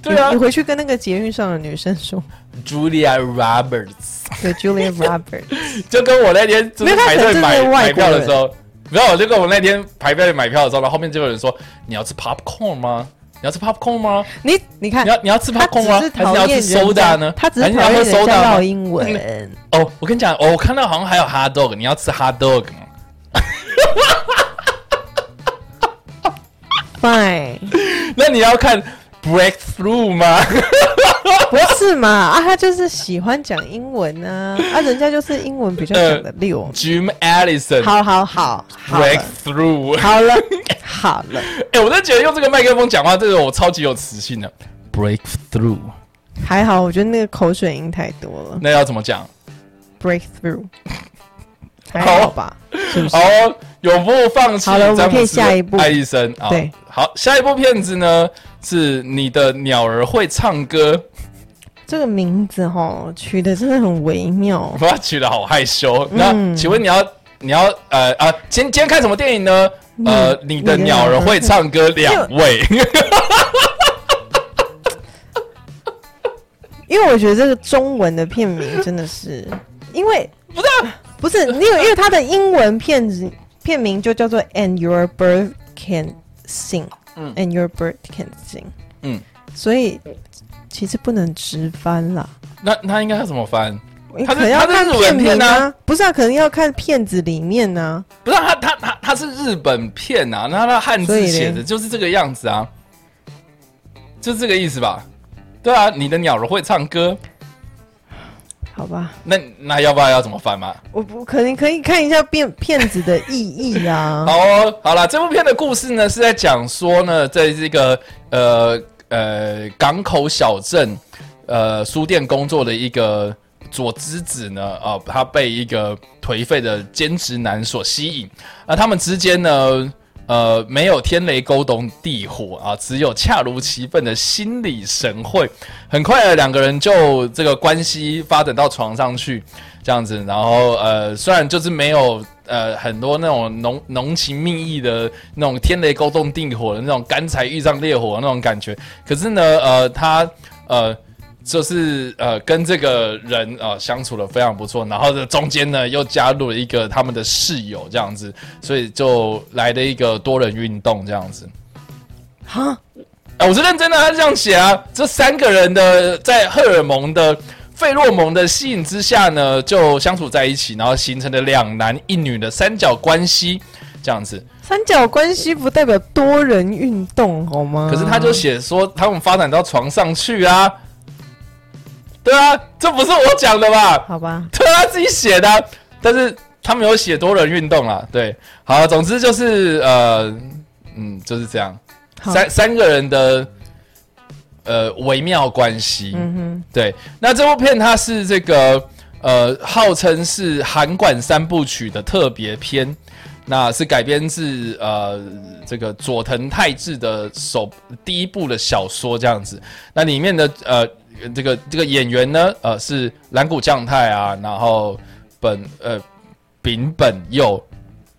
S1: 对啊
S2: 你你回去跟那个捷运上的女生说，
S1: ，Julia Roberts。
S2: 对 Julia Roberts，
S1: 就跟我那天就
S2: 没
S1: 是
S2: 有他
S1: 排
S2: 可
S1: 队
S2: 能真的
S1: 买
S2: 是
S1: 买
S2: 外国
S1: 票
S2: 人
S1: 的时候，没有，就跟我那天排队买票的时候，然后后面就有人说：“你要吃 popcorn 吗？你要吃 popcorn 吗？
S2: 你你看
S1: 你。要你要吃
S2: 他
S1: popcorn 吗
S2: 只是？
S1: 还是你
S2: 讨
S1: 要
S2: 厌
S1: 吃
S2: 人家
S1: soda 呢？
S2: 他只
S1: 还
S2: 是
S1: 你要
S2: 讨
S1: 喝
S2: 厌人家
S1: soda
S2: 唠
S1: 吗
S2: 英文。
S1: 哦，我跟你讲，哦，我看到好像还有 hot dog，你要吃 hot dog 吗？
S2: Fine，
S1: 那你要看 breakthrough 吗？
S2: 不是嘛？啊，他就是喜欢讲英文啊，啊，人家就是英文比较讲的溜。
S1: Jim Allison
S2: 好好好，好了，
S1: breakthrough。
S2: 好了，好了，
S1: 哎、我真的觉得用这个麦克风讲话，这个我超级有磁性的。breakthrough，
S2: 还好，我觉得那个口水音太多了
S1: 那要怎么讲？
S2: ，breakthrough，还好吧？是不是
S1: 好？哦，永不放弃。
S2: 好了我们
S1: 詹姆斯
S2: 可以下一步
S1: 爱医生啊，
S2: 对，
S1: 好，下一部片子呢是你的鸟儿会唱歌。
S2: 这个名字哈取的真的很微妙
S1: 我。把取的好害羞。那、
S2: 嗯
S1: 请问你要你要呃啊，今今天看什么电影呢？呃，你的鸟儿会唱歌两位，
S2: 因为我觉得这个中文的片名真的是，因为
S1: 不是、啊？
S2: 不是因为因为它的英文片子片名就叫做《And Your Bird Can Sing》，
S1: 嗯
S2: a n d Your Bird Can Sing，
S1: 嗯，
S2: 所以其实不能直翻啦。
S1: 那那应该要怎么翻？它是
S2: 可能要
S1: 它
S2: 看
S1: 是日文
S2: 片
S1: 片
S2: 名
S1: 啊
S2: 啊，不是啊，可能要看片子里面呢、
S1: 不是啊、他他他他是日本片啊，那他的汉
S2: 所以
S1: 字
S2: 嘞
S1: 写的就是这个样子啊，就是这个意思吧？对啊，你的鸟儿会唱歌，
S2: 好吧？
S1: 那那要不然要怎么啊翻嘛？
S2: 我不可能可以看一下片片子的意 义啊。
S1: 好、哦，好啦，这部片的故事呢是在讲说呢，在这个呃呃港口小镇呃书店工作的一个佐之子呢，呃，他被一个颓废的兼职男所吸引，而他们之间呢。呃，没有天雷勾动地火啊，只有恰如其分的心领神会。很快的，两个人就这个关系发展到床上去，这样子。然后呃，虽然就是没有呃很多那种浓浓情蜜意的那种天雷勾动地火的那种干柴遇上烈火的那种感觉，可是呢，呃，他呃。就是呃，跟这个人呃相处的非常不错，然后呢，中间呢又加入了一个他们的室友这样子，所以就来了一个多人运动这样子。
S2: 哈，
S1: 哎、我是认真的，他是这样写啊。这三个人的在荷尔蒙的费洛蒙的吸引之下呢，就相处在一起，然后形成了两男一女的三角关系，这样子。
S2: 三角关系不代表多人运动好吗？
S1: 可是他就写说，他们发展到床上去啊。对啊，这不是我讲的吧？
S2: 好吧，
S1: 对他自己写的啊，但是他们有写多人运动啦。对，好，总之就是呃，嗯，就是这样，
S2: 好，
S1: 三三个人的呃微妙关系。
S2: 嗯哼，
S1: 对，那这部片它是这个呃，号称是韩馆三部曲的特别篇，那是改编自呃这个佐藤泰治的首第一部的小说这样子。那里面的呃这个这个演员呢，呃是蓝谷将太啊，然后本呃丙本佑。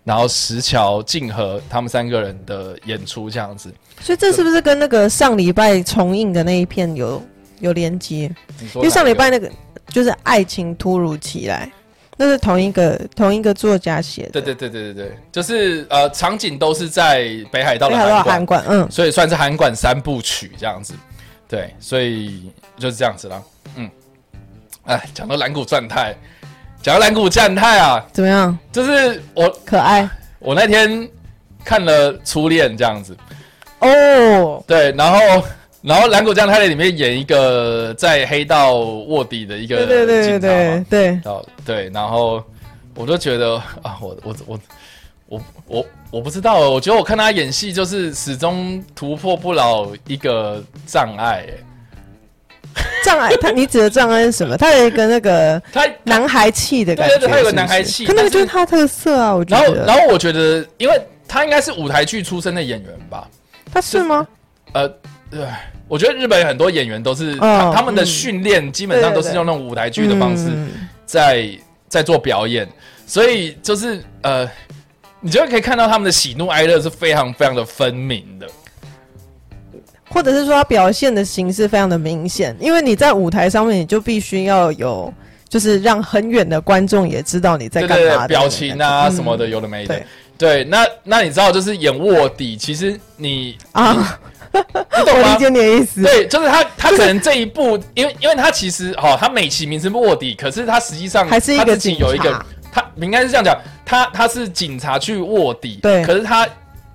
S1: 然后石桥静和他们三个人的演出这样子，
S2: 所以这是不是跟那个上礼拜重映的那一片有有连接？
S1: 你说
S2: 因为上
S1: 哪
S2: 礼
S1: 一个
S2: 拜那个就是《爱情突如其来》，那是同一个同一个作家写的，
S1: 对对对对对对，就是呃，场景都是在北海道
S2: 北
S1: 的
S2: 海道
S1: 韩
S2: 韩
S1: 馆，
S2: 馆，嗯，
S1: 所以算是韩馆三部曲这样子。对，所以就是这样子啦。嗯，哎，讲到蓝谷战太，讲到蓝谷战太啊，
S2: 怎么样？
S1: 就是我
S2: 可爱
S1: 我那天看了《初恋》这样子，
S2: 哦，
S1: 对，然后然后蓝谷将太在里面演一个在黑道卧底的一个
S2: 对对对对
S1: 警察嘛
S2: 对对，
S1: 哦，对，然后我就觉得啊，我我我我我我不知道，我觉得我看他演戏就是始终突破不了一个障碍。欸
S2: 障碍，他你指的障碍是什么？他有一个 那个
S1: 他，
S2: 男孩气的感觉，
S1: 对对对他有个
S2: 是不是
S1: 男孩气
S2: 可那个就是
S1: 但
S2: 他特色啊，我觉
S1: 然后
S2: 得。
S1: 然后我觉得，因为他应该是舞台剧出身的演员吧，
S2: 他是吗？
S1: 呃，对，我觉得日本很多演员都是、他
S2: 哦
S1: 他们的
S2: 嗯
S1: 训练基本上都是
S2: 对对对
S1: 用那种舞台剧的方式。
S2: 嗯
S1: 在在做表演，所以就是呃，你就可以看到他们的喜怒哀乐是非常非常的分明的。
S2: 或者是说他表现的形式非常的明显，因为你在舞台上面，你就必须要有，就是让很远的观众也知道你在
S1: 对
S2: 干
S1: 对
S2: 嘛的
S1: 对，
S2: 嗯
S1: 表情啊什么的，有的没的
S2: 对。
S1: 对，那那你知道，就是演卧底，其实你
S2: 啊，
S1: 你懂
S2: 我
S1: 吗
S2: 理？解你的意思。
S1: 对，就是他，他可能这一部，因为因为他其实哦，他美其名是卧底，可是他实际上
S2: 还是一
S1: 他
S2: 个
S1: 自己有一个
S2: 警察，
S1: 他应该是这样讲，他他是警察去卧底，
S2: 对
S1: 可是他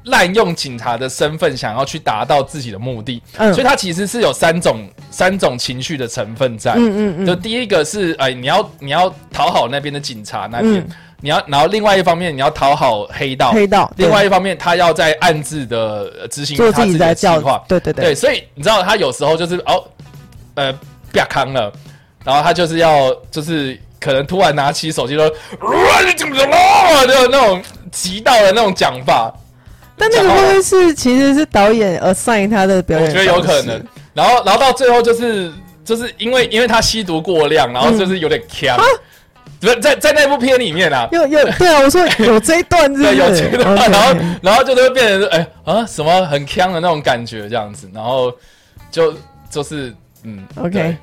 S1: 滥用警察的身份，想要去达到自己的目的，
S2: 嗯
S1: 所以它其实是有三种三种情绪的成分在。
S2: 嗯嗯
S1: 就第一个是哎、你要你要讨好那边的警察那边，
S2: 嗯
S1: 你要然后另外一方面你要讨好黑道，
S2: 嗯，黑道，
S1: 另
S2: 对
S1: 外一方面他要在暗自的呃执行
S2: 做
S1: 他
S2: 自己
S1: 的
S2: 的
S1: 计
S2: 教
S1: 划，，
S2: 对对
S1: 对，，所以你知道他有时候就是哦，呃，啪康了，然后他就是要就是可能突然拿起手机说， 哇你怎么怎么了就那种急到的那种讲法，
S2: 但那个会不会是其实是导演 assign 他的表
S1: 我
S2: 演？
S1: 觉得有可能。。然后然后到最后就是就是因为因为他吸毒过量，然后就是有点呛，
S2: 啊
S1: 不是在在那部片里面啊。
S2: 有有 对啊，我说有这一段是不是哦
S1: 对，有趣的 然
S2: OK
S1: 后然后就是会变成是哎、啊什么很呛的那种感觉这样子，然后就就是嗯
S2: OK
S1: 对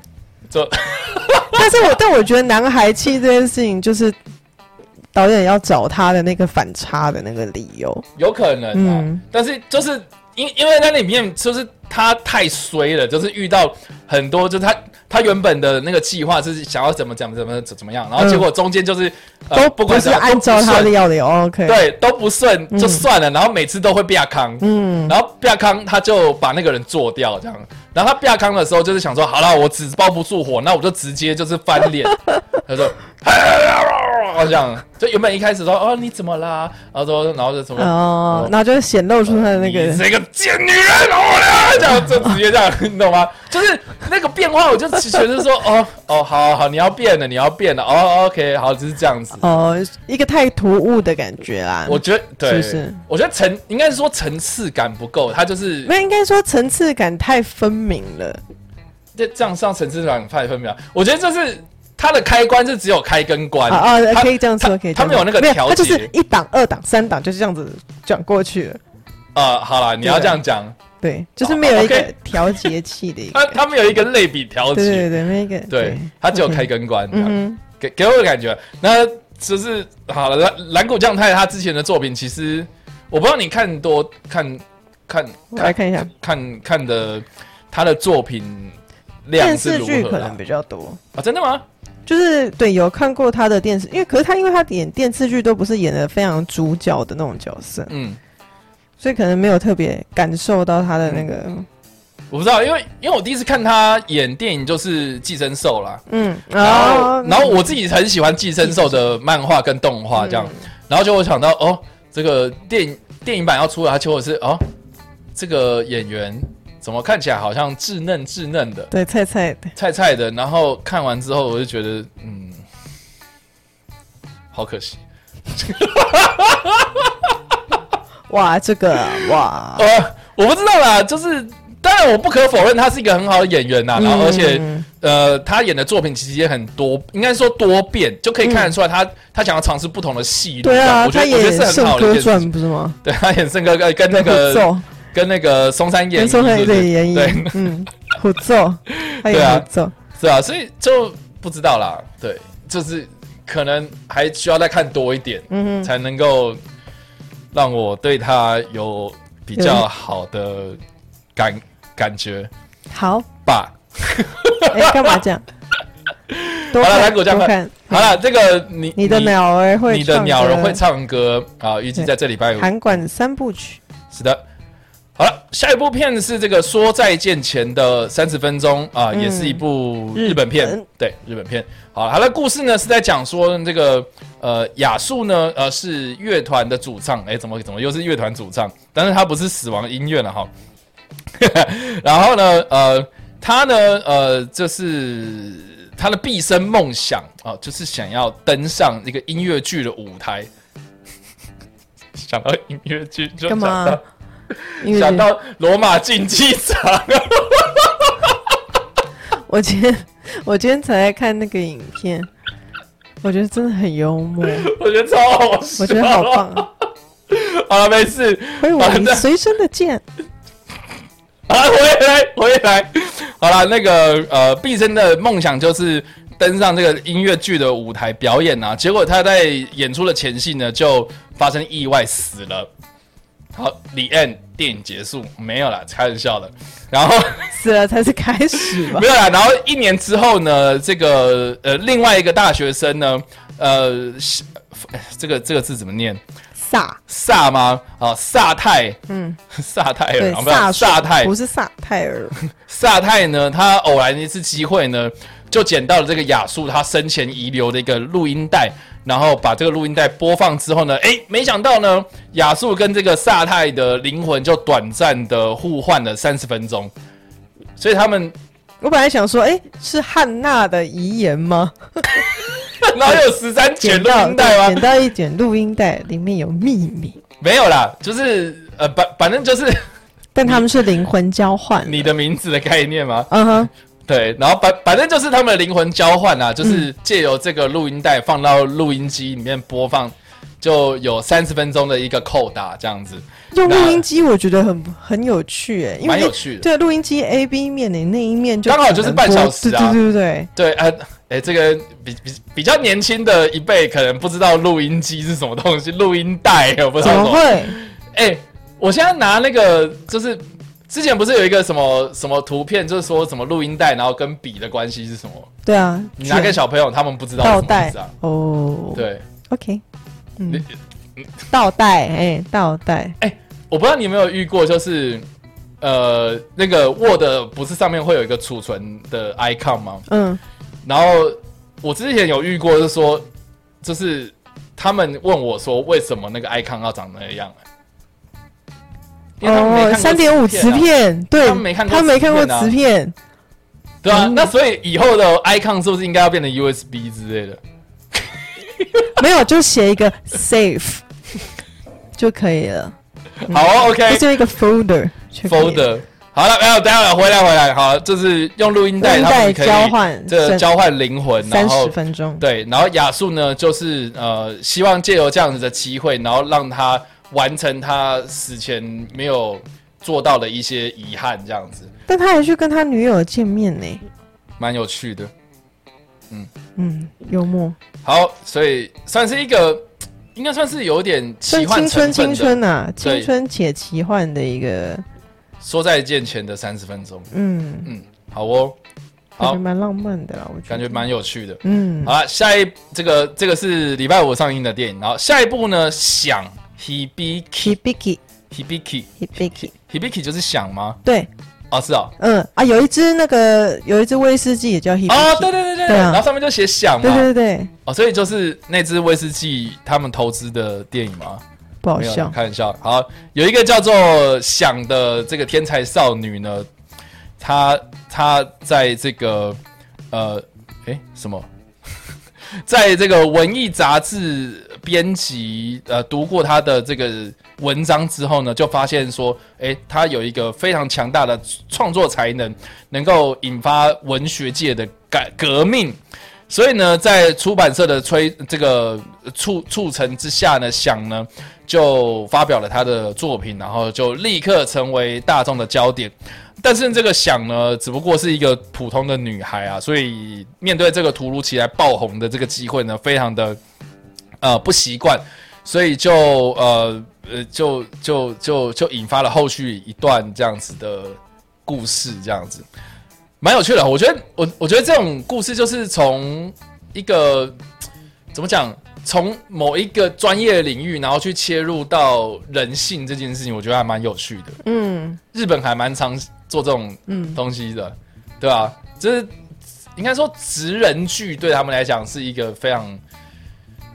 S1: 就
S2: 但是我但我觉得男孩气这件事情，就是导演要找他的那个反差的那个理由。
S1: 有可能啊，
S2: 嗯
S1: 但是就是因因为那里面就是他太衰了，就是遇到很多就是他他原本的那个计划是想要怎么讲怎么怎么样，然后结果中间就是、呃
S2: 都
S1: 不管
S2: 是
S1: 怎么样
S2: 按
S1: 都
S2: 照
S1: 不
S2: 他
S1: 顺
S2: 的要的哦，OK，，
S1: 对都不顺就算了，然后每次都会被康，
S2: 嗯，
S1: 然后亚康他就把那个人做掉，这样。然后他亚康的时候，就是想说，好了，我纸包不住火，那我就直接就是翻 脸。他说， 这样，就原本一开始说，哦，你怎么啦？然后说，然后就什么，
S2: 哦，然后就显露出他的那
S1: 你
S2: 个，
S1: 这个贱女人，我这样就直接这样，你懂吗？ 就是那个变化，我就觉得说，哦哦，好好，你要变了，你要变了，哦，OK，好，就是这样子。
S2: 哦，一个太突兀的感觉啦。
S1: 我觉得对，
S2: 是不是
S1: 我觉得层应该是说层次感不够，他就是
S2: 那应该说层次感太分明了，
S1: 这这样上层次感太分秒，我觉得这是它的开关是只有开跟关
S2: 啊啊，
S1: 它
S2: 可以这样
S1: 它
S2: 说，可以这
S1: 它
S2: 样说。
S1: 没有那个
S2: 没有，
S1: 调
S2: 它就
S1: 节
S2: 是一档、二档、三档，就是这样子转过去了。
S1: 呃，好了，你要这样讲，
S2: 对，就是没有一
S1: 哦
S2: 个
S1: ，OK
S2: 调节器的一
S1: 它
S2: 个，
S1: 它没有一个类比调
S2: 对对
S1: 节，
S2: 对，没有一个，
S1: 对，它只有
S2: OK
S1: 开跟关，这样
S2: 嗯
S1: 给给我的感觉，那就是好了。蓝蓝谷将太他之前的作品，其实我不知道你看多看看
S2: 我来看一下
S1: 看看的他的作品
S2: 哼，
S1: 量
S2: 电
S1: 是
S2: 视
S1: 如
S2: 剧
S1: 何
S2: 可
S1: 啦
S2: 能比较多。
S1: 啊？真的吗？
S2: 就是对，有看过他的电视，因为可是他因为他演电视剧都不是演的非常主角的那种角色，
S1: 嗯，
S2: 所以可能没有特别感受到他的那个，
S1: 我不知道，因为因为我第一次看他演电影就是《寄生兽》啦。
S2: 嗯，
S1: 然后，
S2: 哦
S1: 然后我自己很喜欢《寄生兽》的漫画跟动
S2: 嗯
S1: 画这样，然后就我想到哦，这个电影电影版要出了，而且我是哦，这个演员怎么看起来好像稚嫩稚嫩的、
S2: 对，菜菜的，
S1: 菜菜的，然后看完之后我就觉得嗯，好可惜
S2: 哇，这个啊哇，
S1: 呃，我不知道啦，就是当然我不可否认他是一个很好的演员呐，啊然后而且。
S2: 嗯
S1: 呃，他演的作品其实也很多，应该说多变，就可以看得出来他、他想要尝试不同的戏路。
S2: 嗯对
S1: 这样
S2: 啊，
S1: 我觉
S2: 他
S1: 得我觉
S2: 演
S1: 得是
S2: 《
S1: 很
S2: 圣
S1: 好的一
S2: 歌
S1: 件事
S2: 传
S1: 情。》
S2: 不是吗？
S1: 对他演圣歌跟跟那
S2: 很
S1: 个
S2: 奏，
S1: 跟那个松山演
S2: 跟
S1: 一，
S2: 宋
S1: 是
S2: 汉
S1: 不是
S2: 对演
S1: 对
S2: 绎，嗯，虎 奏，他
S1: 对啊
S2: 演虎奏，
S1: 是啊，所以就不知道啦。对，就是可能还需要再看多一点，
S2: 嗯哼，
S1: 才能够让我对他有比较好的感感觉
S2: 好，
S1: 吧。
S2: 嗯哎，干嘛 这样？多
S1: 好了来
S2: 看
S1: 给我这样
S2: 多看，
S1: 好了，这个你
S2: 你的鸟儿会，
S1: 你的鸟儿会，唱歌啊，预计
S2: 对
S1: 在这礼拜五
S2: 韩馆三部曲。
S1: 是的。好了，下一部片是这个《说再见前的三十分钟》啊、
S2: 嗯
S1: 也是一部
S2: 日
S1: 日本片，
S2: 本
S1: 对日本片。好了，它的故事呢是在讲说这个呃雅树呢呃是乐团的主唱，哎、怎么怎么又是乐团主唱？但是他不是死亡音乐了哈。 然后呢，呃，他呢，呃，就是他的毕生梦想啊、就是想要登上一个音乐剧的舞台。 想到音乐剧就想
S2: 干嘛
S1: 到
S2: 因为
S1: 想到罗马竞技场，
S2: 我今天我今天才在看那个影片，我觉得真的很幽默，
S1: 我觉得超好笑。
S2: 我觉得 好棒、啊。
S1: 好了，没事。
S2: 挥舞
S1: 好
S2: 你
S1: 的
S2: 随身的剑，
S1: 好了，回来，回来。好了，那个呃，毕生的梦想就是登上这个音乐剧的舞台表演啊。结果他在演出的前戏呢，就发生意外死了。好，李岸电影结束没有啦，开玩笑的。然后。
S2: 死了才是开始吧
S1: 没？有啦，然后一年之后呢，这个呃另外一个大学生呢，呃，是呃这个这个字怎么念？
S2: 萨，
S1: 萨吗？啊，萨泰，
S2: 嗯，
S1: 萨泰尔
S2: 对，
S1: 啊，不
S2: 萨
S1: 是萨
S2: 水
S1: 泰
S2: 不，是萨泰尔，
S1: 萨泰呢，他偶然一次机会呢，就捡到了这个亚述他生前遗留的一个录音带，然后把这个录音带播放之后呢，诶，没想到呢，亚述跟这个萨泰的灵魂就短暂的互换了三十分钟，所以他 们，
S2: 我本来想说，哎、是汉娜的遗言吗？
S1: 然后有十三卷
S2: 捡
S1: 录
S2: 到
S1: 音带
S2: 对
S1: 吗
S2: 捡？到一卷录音带，里面有秘密，
S1: 没有啦，就是呃，反反正就是
S2: 但他们是灵魂交换。
S1: 你的名字的概念吗？
S2: 嗯哼，
S1: 对，然后反反正就是他们的灵魂交换
S2: 嗯
S1: 啊，就是借由这个录音带放到录音机里面播放，就有三十分钟的一个扣打这样子，
S2: 用录音机我觉得很很有趣、哎，因为
S1: 蛮有趣的。
S2: 对，录音机 A B 面的那一面就
S1: 刚好就是
S2: 只能
S1: 半
S2: 播
S1: 小时啊
S2: 对对对
S1: 对，
S2: 对
S1: 啊，哎，这个比比比较年轻的一辈可能不知道录音机是什么东西，录音带我不
S2: 对，
S1: 知
S2: 怎
S1: 道什
S2: 么
S1: 么。
S2: 会？
S1: 哎，我现在拿那个就是。之前不是有一个什么什么图片，就是说什么录音带，然后跟笔的关系是什么？
S2: 对啊，
S1: 你拿给小朋友，他们不知道是
S2: 倒
S1: 什么意
S2: 带
S1: 思啊？
S2: 哦，
S1: 对，
S2: ，OK，嗯
S1: 你，
S2: 倒带，哎、倒带，
S1: 我不知道你有没有遇过，就是呃，那个 Word 不是上面会有一个储存的 icon 吗？
S2: 嗯，
S1: 然后我之前有遇过，就是说，就是他们问我说，为什么那个 icon 要长那样、因为他们没看过
S2: 哦三点五磁
S1: 啊，
S2: 片，对，
S1: 他们没看过
S2: 他没
S1: 磁
S2: 看过
S1: 片啊
S2: 磁片，
S1: 对啊，
S2: 嗯
S1: 那所以以后的 icon 是不是应该要变成 USB 之类的？
S2: 没有，就写一个 safe 就可以了，
S1: 好啊
S2: 这
S1: ，OK，
S2: 就一个 folder 就可以了
S1: folder。好了，没有，等一下了，回来回来，好，就是用录音带，
S2: 录音
S1: 他
S2: 带
S1: 们可以
S2: 交换
S1: 这个交换灵魂，然
S2: 三
S1: 后
S2: 十分钟，
S1: 对，然后亚述呢，就是呃，希望借由这样子的机会，然后让他完成他死前没有做到的一些遗憾，这样子
S2: 但他还去跟他女友见面呢、
S1: 蛮有趣的。
S2: 嗯，幽默，
S1: 好，所以算是一个，应该算是有点
S2: 算
S1: 奇幻
S2: 青春
S1: 成分
S2: 青
S1: 的。
S2: 春啊，
S1: 对
S2: 青春且奇幻的一个，
S1: 说再见前的三十分钟，
S2: 嗯，
S1: 嗯，好哦，
S2: 感
S1: 好
S2: 觉，蛮浪漫的啦，我觉得
S1: 感觉蛮有趣的。
S2: 嗯
S1: 好，了，下一这个这个是礼拜五上映的电影，然后下一部呢，想 Hibiki
S2: ，Hibiki
S1: Hibiki
S2: Hibiki，
S1: Hibiki 就是想吗？
S2: 对，
S1: 哦，是哦，
S2: 嗯啊，有一只那个有一只威士忌也叫 Hibiki，
S1: 哦，对对对对，
S2: 对啊
S1: 然后上面就写响
S2: 对
S1: 嘛，
S2: 对对，
S1: 哦，所以就是那支威士忌他们投资的电影嘛，
S2: 不好
S1: 没有啦，
S2: 笑，
S1: 开玩笑。好，有一个叫做响的这个天才少女呢，她她在这个呃，诶，什么， 在这个文艺杂志编辑呃读过她的这个文章之后呢，就发现说，诶，她有一个非常强大的创作才能，能够引发文学界的改革命。所以呢，在出版社的催这个促促成之下呢，想呢就发表了他的作品，然后就立刻成为大众的焦点。但是这个想呢，只不过是一个普通的女孩啊，所以面对这个突如其来爆红的这个机会呢，非常的呃不习惯，所以就呃呃就就就就引发了后续一段这样子的故事，这样子蛮有趣的。我觉得我我觉得这种故事就是从一个怎么讲，从某一个专业领域，然后去切入到人性这件事情，我觉得还蛮有趣的。
S2: 嗯
S1: 日本还蛮常做这种
S2: 嗯，
S1: 东西的，对吧、啊？就是应该说职人剧对他们来讲是一个非常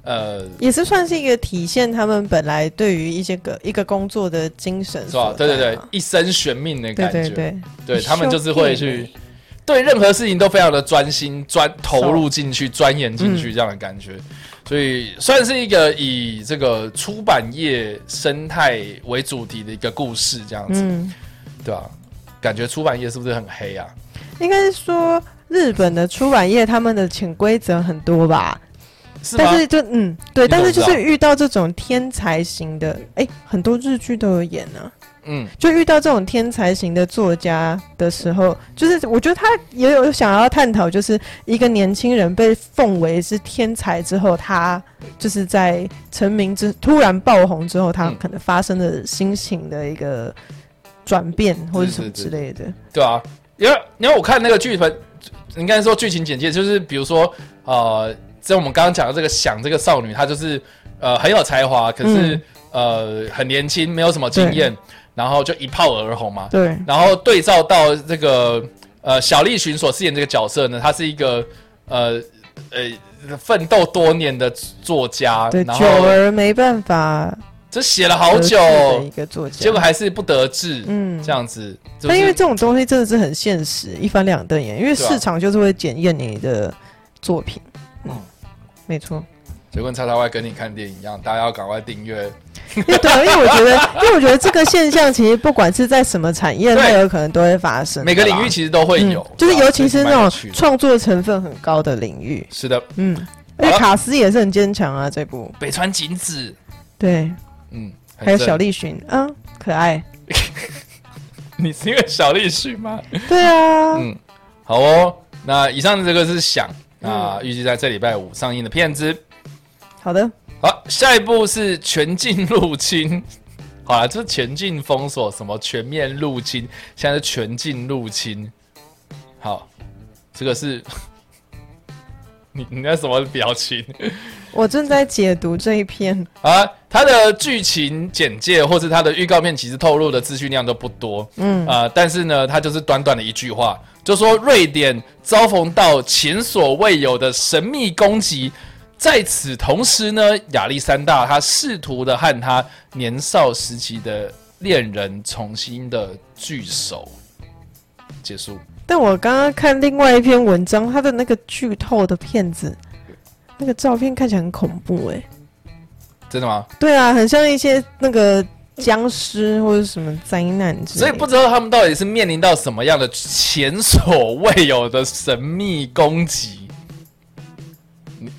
S1: 呃。
S2: 也是算是一个体现他们本来对于一些个一个工作的精神
S1: 是吧
S2: 所？在啊
S1: 对对对
S2: 嘛，
S1: 一生悬命的感
S2: 对
S1: 觉，
S2: 对对，
S1: 对他们就是会去
S2: 一
S1: 对任何事情都非常的专心、专投入进去、钻研进
S2: 嗯
S1: 去这样的感觉，所以算是一个以这个出版业生态为主题的一个故事，这样子，
S2: 嗯，
S1: 对吧、感觉出版业是不是很黑啊？
S2: 应该是说日本的出版业他们的潜规则很多吧，
S1: 是吗
S2: 但？是就嗯对，
S1: 你怎
S2: 但
S1: 么
S2: 是就
S1: 知道
S2: 是遇到这种天才型的，哎，很多日剧都有演啊。
S1: 嗯，
S2: 就遇到这种天才型的作家的时候，就是我觉得他也有想要探讨，就是一个年轻人被奉为是天才之后，他就是在成名之突然爆红之后，他
S1: 嗯
S2: 可能发生的心情的一个转变或者
S1: 是
S2: 什么
S1: 是
S2: 之类的。
S1: 对啊，因为因为我看那个剧本，应该说剧情简介就是，比如说啊呃，在我们刚刚讲的这个想这个少女，她就是呃很有才华，可是、
S2: 嗯
S1: 呃很年轻，没有什么经验，然后就一炮而红嘛。
S2: 对，
S1: 然后对照到这个呃小栗旬所饰演这个角色呢，他是一个呃呃奋斗多年的作家，
S2: 对，
S1: 然
S2: 久
S1: 后
S2: 而没办法
S1: 这写了好久，
S2: 得志的一个作家，
S1: 结果还是不得志，
S2: 嗯
S1: 这样子。就
S2: 但
S1: 是
S2: 因为这种东西真的是很现实，一翻两瞪眼，因为
S1: 对啊
S2: 市场就是会检验你的作品。
S1: 嗯
S2: 嗯，没错。
S1: 就跟叉叉 Y 跟你看电影一样，大家要赶快订阅。
S2: 因 为对啊，因为我觉得，因为我觉得这个现象其实不管是在什么产业
S1: 对
S2: 内，有可能都会发生。
S1: 每个领域其实都会有，
S2: 嗯就是
S1: 对吧
S2: 尤其是那
S1: 蛮有趣
S2: 种
S1: 的
S2: 创作成分很高的领域。
S1: 是的，
S2: 嗯，
S1: 好了
S2: 而且卡斯也是很坚强啊，这部
S1: 北川景子，
S2: 对，
S1: 嗯，很
S2: 还有
S1: 正
S2: 小栗旬啊，可 爱。
S1: 你是因为小栗旬吗？
S2: 对啊，
S1: 嗯，好哦。那以上的这个是想，那
S2: 嗯
S1: 预计在这礼拜五上映的片子。
S2: 好的，
S1: 好，下一步是全境入侵。 好啦，就是全境封锁，什么全面入侵，现在是全境入侵。好，这个是 你你那什么表情？
S2: 我正在解读这一篇。
S1: 啊，它的剧情简介或是它的预告片，其实透露的资讯量都不多。嗯啊、但是呢，它就是短短的一句话，就说瑞典遭逢到前所未有的神秘攻击。在此同时呢，亚历山大他试图的和他年少时期的恋人重新的聚首。结束。
S2: 但我刚刚看另外一篇文章，它的那个剧透的片子，那个照片看起来很恐怖哎、
S1: 真的吗？
S2: 对啊，很像一些那个僵尸或者什么灾难之类的。
S1: 所以不知道他们到底是面临到什么样的前所未有的神秘攻击。你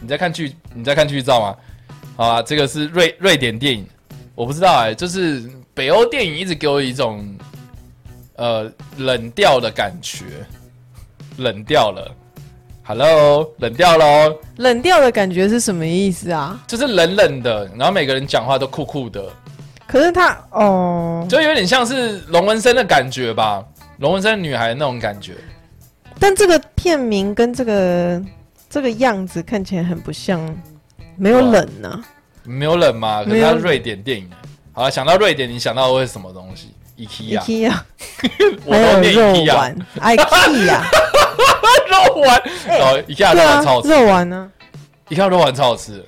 S1: 你在看剧你在看剧照吗？好啊，这个是瑞瑞典电影，我不知道哎、就是北欧电影一直给我一种呃冷掉的感觉，冷掉了，Hello，冷掉喽，
S2: 冷掉的感觉是什么意思啊？
S1: 就是冷冷的，然后每个人讲话都酷酷的，
S2: 可是他哦，
S1: 就有点像是龙纹身的感觉吧，龙纹身女孩那种感觉。
S2: 但这个片名跟这个这个样子看起来很不像，没有冷啊呢、
S1: 没有冷吗？可
S2: 没
S1: 是
S2: 有
S1: 它是瑞典电影。好了，想到瑞典，你想到会是什么东西？IKEA，
S2: IKEA
S1: 我
S2: 还
S1: 都
S2: 有
S1: 念
S2: 肉
S1: IKEA，
S2: 丸 哎 IKEA
S1: 肉丸，然后 IKEA 肉
S2: 对啊
S1: 丸超好，吃
S2: 肉丸呢、
S1: ，IKEA 肉丸超好吃。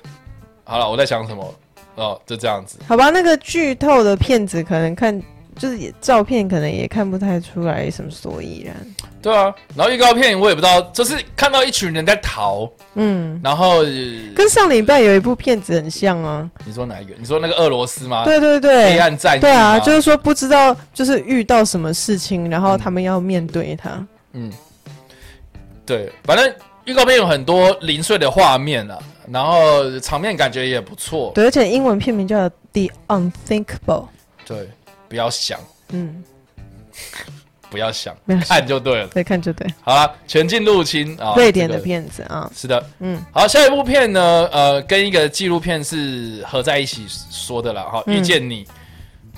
S1: 好了，我在想什么？哦，就这样子。
S2: 好吧，那个剧透的片子可能看就是也照片可能也看不太出来什么所以然。
S1: 对啊，然后预告片我也不知道，就是看到一群人在逃，
S2: 嗯，
S1: 然后呃
S2: 跟上礼拜有一部片子很像啊。
S1: 你说哪一个？你说那个俄罗斯吗？，
S2: 对对
S1: 啊黑
S2: 对，
S1: 暗战役
S2: 对啊，
S1: 吗
S2: 就是说不知道就是遇到什么事情，然后他们要面对它。
S1: 嗯，对，反正预告片有很多零碎的画面了，然后场面感觉也不错。
S2: 对，而且英文片名叫《The Unthinkable》。
S1: 对，不要想，
S2: 嗯，
S1: 不要想，
S2: 没有
S1: 看就对了。
S2: 对，看就对，
S1: 好了，全境入侵啊，
S2: 瑞典的
S1: 这个
S2: 片子啊。
S1: 是的，
S2: 嗯，
S1: 好，下一部片呢，呃，跟一个纪录片是合在一起说的啦，哈，
S2: 嗯
S1: 遇见你，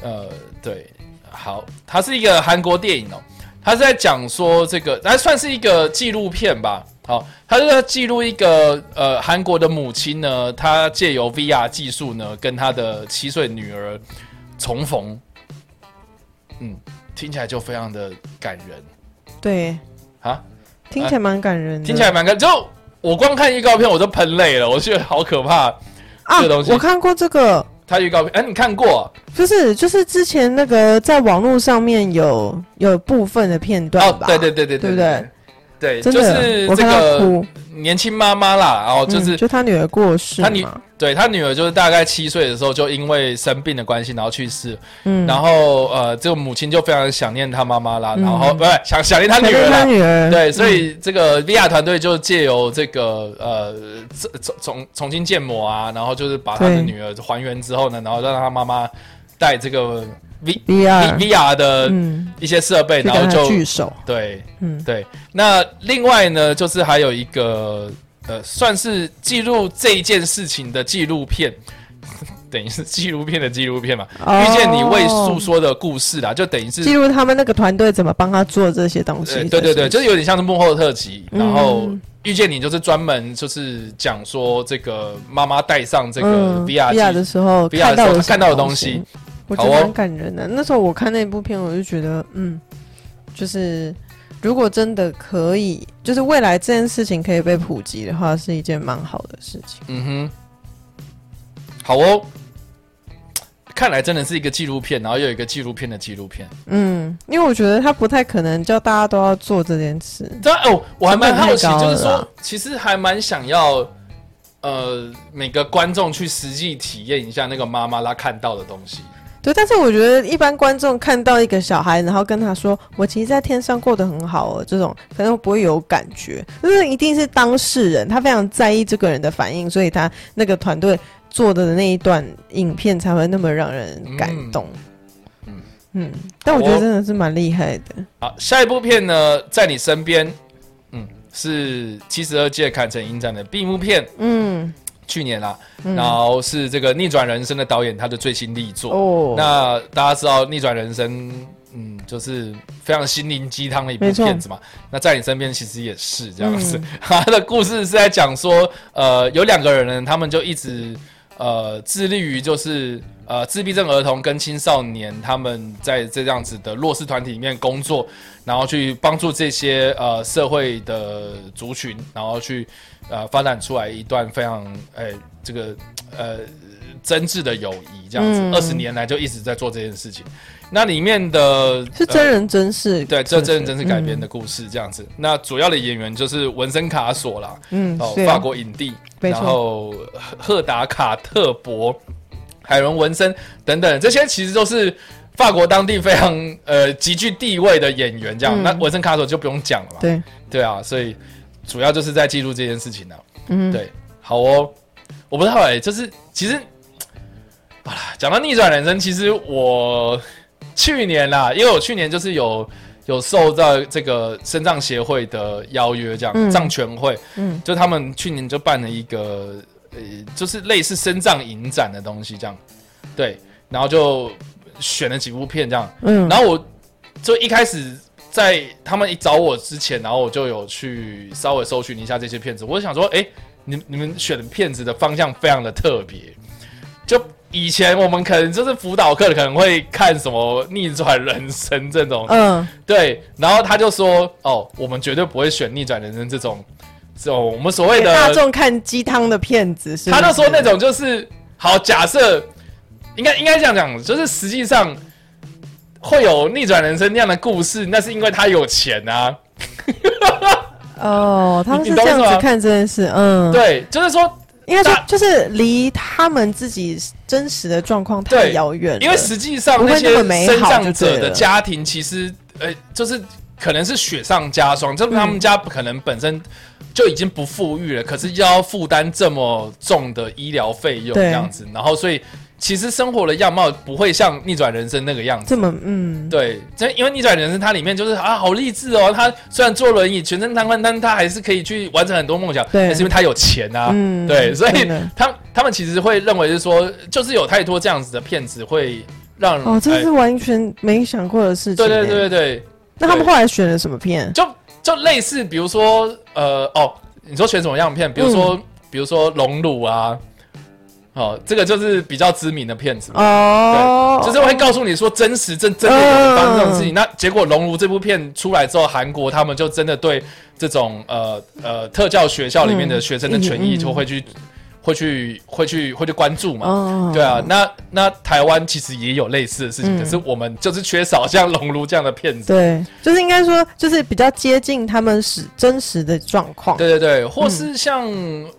S1: 呃，对，好，它是一个韩国电影哦，它是在讲说这个，它算是一个纪录片吧，好，它是在记录一个呃韩国的母亲呢，她借由 VR 技术呢，跟她的七岁女儿重逢，嗯，听起来就非常的感人
S2: 对，
S1: 啊，
S2: 听起来蛮感人的。
S1: 嗯听起来蛮感，就我光看预告片我都喷泪了，我觉得好可怕。
S2: 啊
S1: 这个东，西
S2: 我看过这个，
S1: 他预告片，哎、你看过
S2: 就是就是之前那个在网络上面有有部分的片段
S1: 哦
S2: 吧？
S1: 对对对对
S2: 对
S1: 对
S2: 不对？
S1: 对，
S2: 真
S1: 就
S2: 的，
S1: 是
S2: 我
S1: 这
S2: 看到
S1: 个
S2: 哭，
S1: 年轻妈妈啦，然后就是、
S2: 嗯就他女儿过世
S1: 他女
S2: 嘛，
S1: 对她女儿，就是大概七岁的时候就因为生病的关系，然后去世，
S2: 嗯，
S1: 然后呃，这个母亲就非常想念她妈妈啦，
S2: 嗯
S1: 然后不是、想想念她
S2: 可
S1: 女
S2: 能
S1: 儿
S2: 他
S1: 啦。
S2: 女儿嗯
S1: 对，所以这个 VR 团队就借由这个呃这重重重新建模啊，然后就是把他的
S2: 对
S1: 女儿还原之后呢，然后让他妈妈带这个 V
S2: V
S1: V
S2: 二，
S1: VR 的
S2: 嗯，
S1: 一些设备，
S2: 去
S1: 然
S2: 跟
S1: 后
S2: 他
S1: 就
S2: 聚首，
S1: 对
S2: 嗯，
S1: 对，那另外呢，就是还有一个呃，算是记录这一件事情的纪录片， 等于是纪录片的纪录片嘛，
S2: 哦
S1: 遇见你为诉说的故事啦，就等于是
S2: 记录他们那个团队怎么帮他做这些东
S1: 呃
S2: 西。
S1: 对对
S2: 这
S1: 对，
S2: 是
S1: 就是有点像是幕后特辑，然后
S2: 嗯
S1: 遇见你就是专门就是讲说这个妈妈带上这个
S2: 嗯
S1: VR 技术
S2: 的时候
S1: VR
S2: 看
S1: 的时
S2: 到
S1: 候
S2: 有
S1: 看到的东
S2: 西
S1: 西，，
S2: 我觉得
S1: 好哦
S2: 蛮感人的。那时候我看那部片，我就觉得，嗯，就是如果真的可以，就是未来这件事情可以被普及的话，是一件蛮好的事情。
S1: 嗯哼，好哦。看来真的是一个纪录片，然后又有一个纪录片的纪录片。
S2: 嗯，因为我觉得他不太可能叫大家都要做这件事。
S1: 但哦，我还蛮好奇，
S2: 成本太高
S1: 就
S2: 了
S1: 是说
S2: 啦，
S1: 其实还蛮想要，呃，每个观众去实际体验一下那个妈妈她看到的东西。
S2: 对，但是我觉得一般观众看到一个小孩，然后跟他说“我其实，在天上过得很好哦”，这种可能不会有感觉，就是一定是当事人他非常在意这个人的反应，所以他那个团队做的那一段影片才会那么让人感动。
S1: 嗯
S2: 嗯但我觉
S1: 好
S2: 得
S1: 哦
S2: 真的是蛮厉害的。
S1: 好，下一部片呢，在你身边，嗯，是七十二届坎城影展的闭幕片，
S2: 嗯，
S1: 去年啦，
S2: 嗯
S1: 然后是这个逆转人生的导演他的最新力作。
S2: 哦
S1: 那大家知道《逆转人生》，嗯，就是非常心灵鸡汤的一部
S2: 没错嗯
S1: 片子嘛。那在你身边其实也是这样子。 他的故事是在讲说，呃，有两个人呢，他们就一直呃致力于就是呃自闭症儿童跟青少年他们在这样子的弱势团体里面工作，然后去帮助这些呃社会的族群，然后去呃发展出来一段非常哎、这个呃真挚的友谊这样子，
S2: 嗯
S1: 二十、年来就一直在做这件事情。那里面的
S2: 是
S1: 呃
S2: 真人真事，嗯
S1: 对，这真人真事改编
S2: 的。
S1: 的故事这样子。那主要的演员就是文森卡索啦，
S2: 嗯，
S1: 哦，
S2: 对啊
S1: 法国影帝，
S2: 没
S1: 然
S2: 错
S1: 后赫赫达卡特伯、海伦文森等等，这些其实都是法国当地非常呃极具地位的演员。这样，
S2: 嗯
S1: 那文森卡索就不用讲了嘛。
S2: 对，
S1: 对啊，所以主要就是在记录这件事情啊呢、
S2: 嗯，
S1: 对，好哦，我不知道哎、就是其实，好啦，讲到逆转人生，其实我去年啦，因为我去年就是有有受到这个身障协会的邀约，这样、
S2: 嗯
S1: 障权会，
S2: 嗯
S1: 就他们去年就办了一个呃，就是类似身障影展的东西，这样，对，然后就选了几部片这样，
S2: 嗯，
S1: 然后我就一开始在他们一找我之前，然后我就有去稍微搜寻一下这些片子。我就想说，哎、你你们选的片子的方向非常的特别。就以前我们可能就是辅导课，可能会看什么逆转人生这种，
S2: 嗯，
S1: 对。然后他就说，哦，我们绝对不会选逆转人生这种，这种我们所谓
S2: 给
S1: 的
S2: 大众看鸡汤的片子是不
S1: 他
S2: 是，
S1: 就说那种就是好，假设应该应该这样讲，就是实际上会有逆转人生那样的故事，那是因为他有钱啊。
S2: 哦，他们
S1: 你
S2: 是
S1: 懂
S2: 这
S1: 我意
S2: 样
S1: 思吗
S2: 子看这件事，嗯，，
S1: 对，就是说，
S2: 应该说
S1: 大
S2: 就是离他们自己真实的状况太
S1: 对
S2: 遥远了，
S1: 因为实际上
S2: 不会
S1: 那些
S2: 那么美
S1: 身
S2: 好
S1: 障
S2: 就对
S1: 者的
S2: 了
S1: 家庭，其实呃，就是可能是雪上加霜，就是他们家可能本身就已经不富裕了，可是要负担这么重的医疗费用
S2: 对
S1: 这样子，然后所以其实生活的样貌不会像逆转人生那个样子。
S2: 这么嗯，
S1: 对，这因为逆转人生它里面就是啊，好励志哦。他虽然坐轮椅全身瘫痪，但他还是可以去完成很多梦想。
S2: 对
S1: 那是因为他有钱啊。
S2: 嗯
S1: 对，所以
S2: 真的
S1: 他他们其实会认为是说，就是有太多这样子的骗子会让
S2: 哦，这
S1: 哎
S2: 是完全没想过的事情，欸
S1: 对对对，对对，
S2: 那他们后来选了什么片？
S1: 就就类似比如说呃哦，你说选什么样的片？比如说、
S2: 嗯
S1: 比如说龙乳啊，哦，这个就是比较知名的骗子嘛。
S2: 哦，嗯
S1: 就是会告诉你说真实真真的有人发生这种事情。那结果《熔炉》这部片出来之后，韩国他们就真的对这种呃呃特教学校里面的学生的权益
S2: 嗯嗯
S1: 就会去、会去会去会去关注嘛。
S2: 哦，
S1: 对啊，那那台湾其实也有类似的事情，
S2: 嗯
S1: 可是我们就是缺少像熔炉这样的骗子。
S2: 对，就是应该说就是比较接近他们实真实的状况，
S1: 对对对，或是像、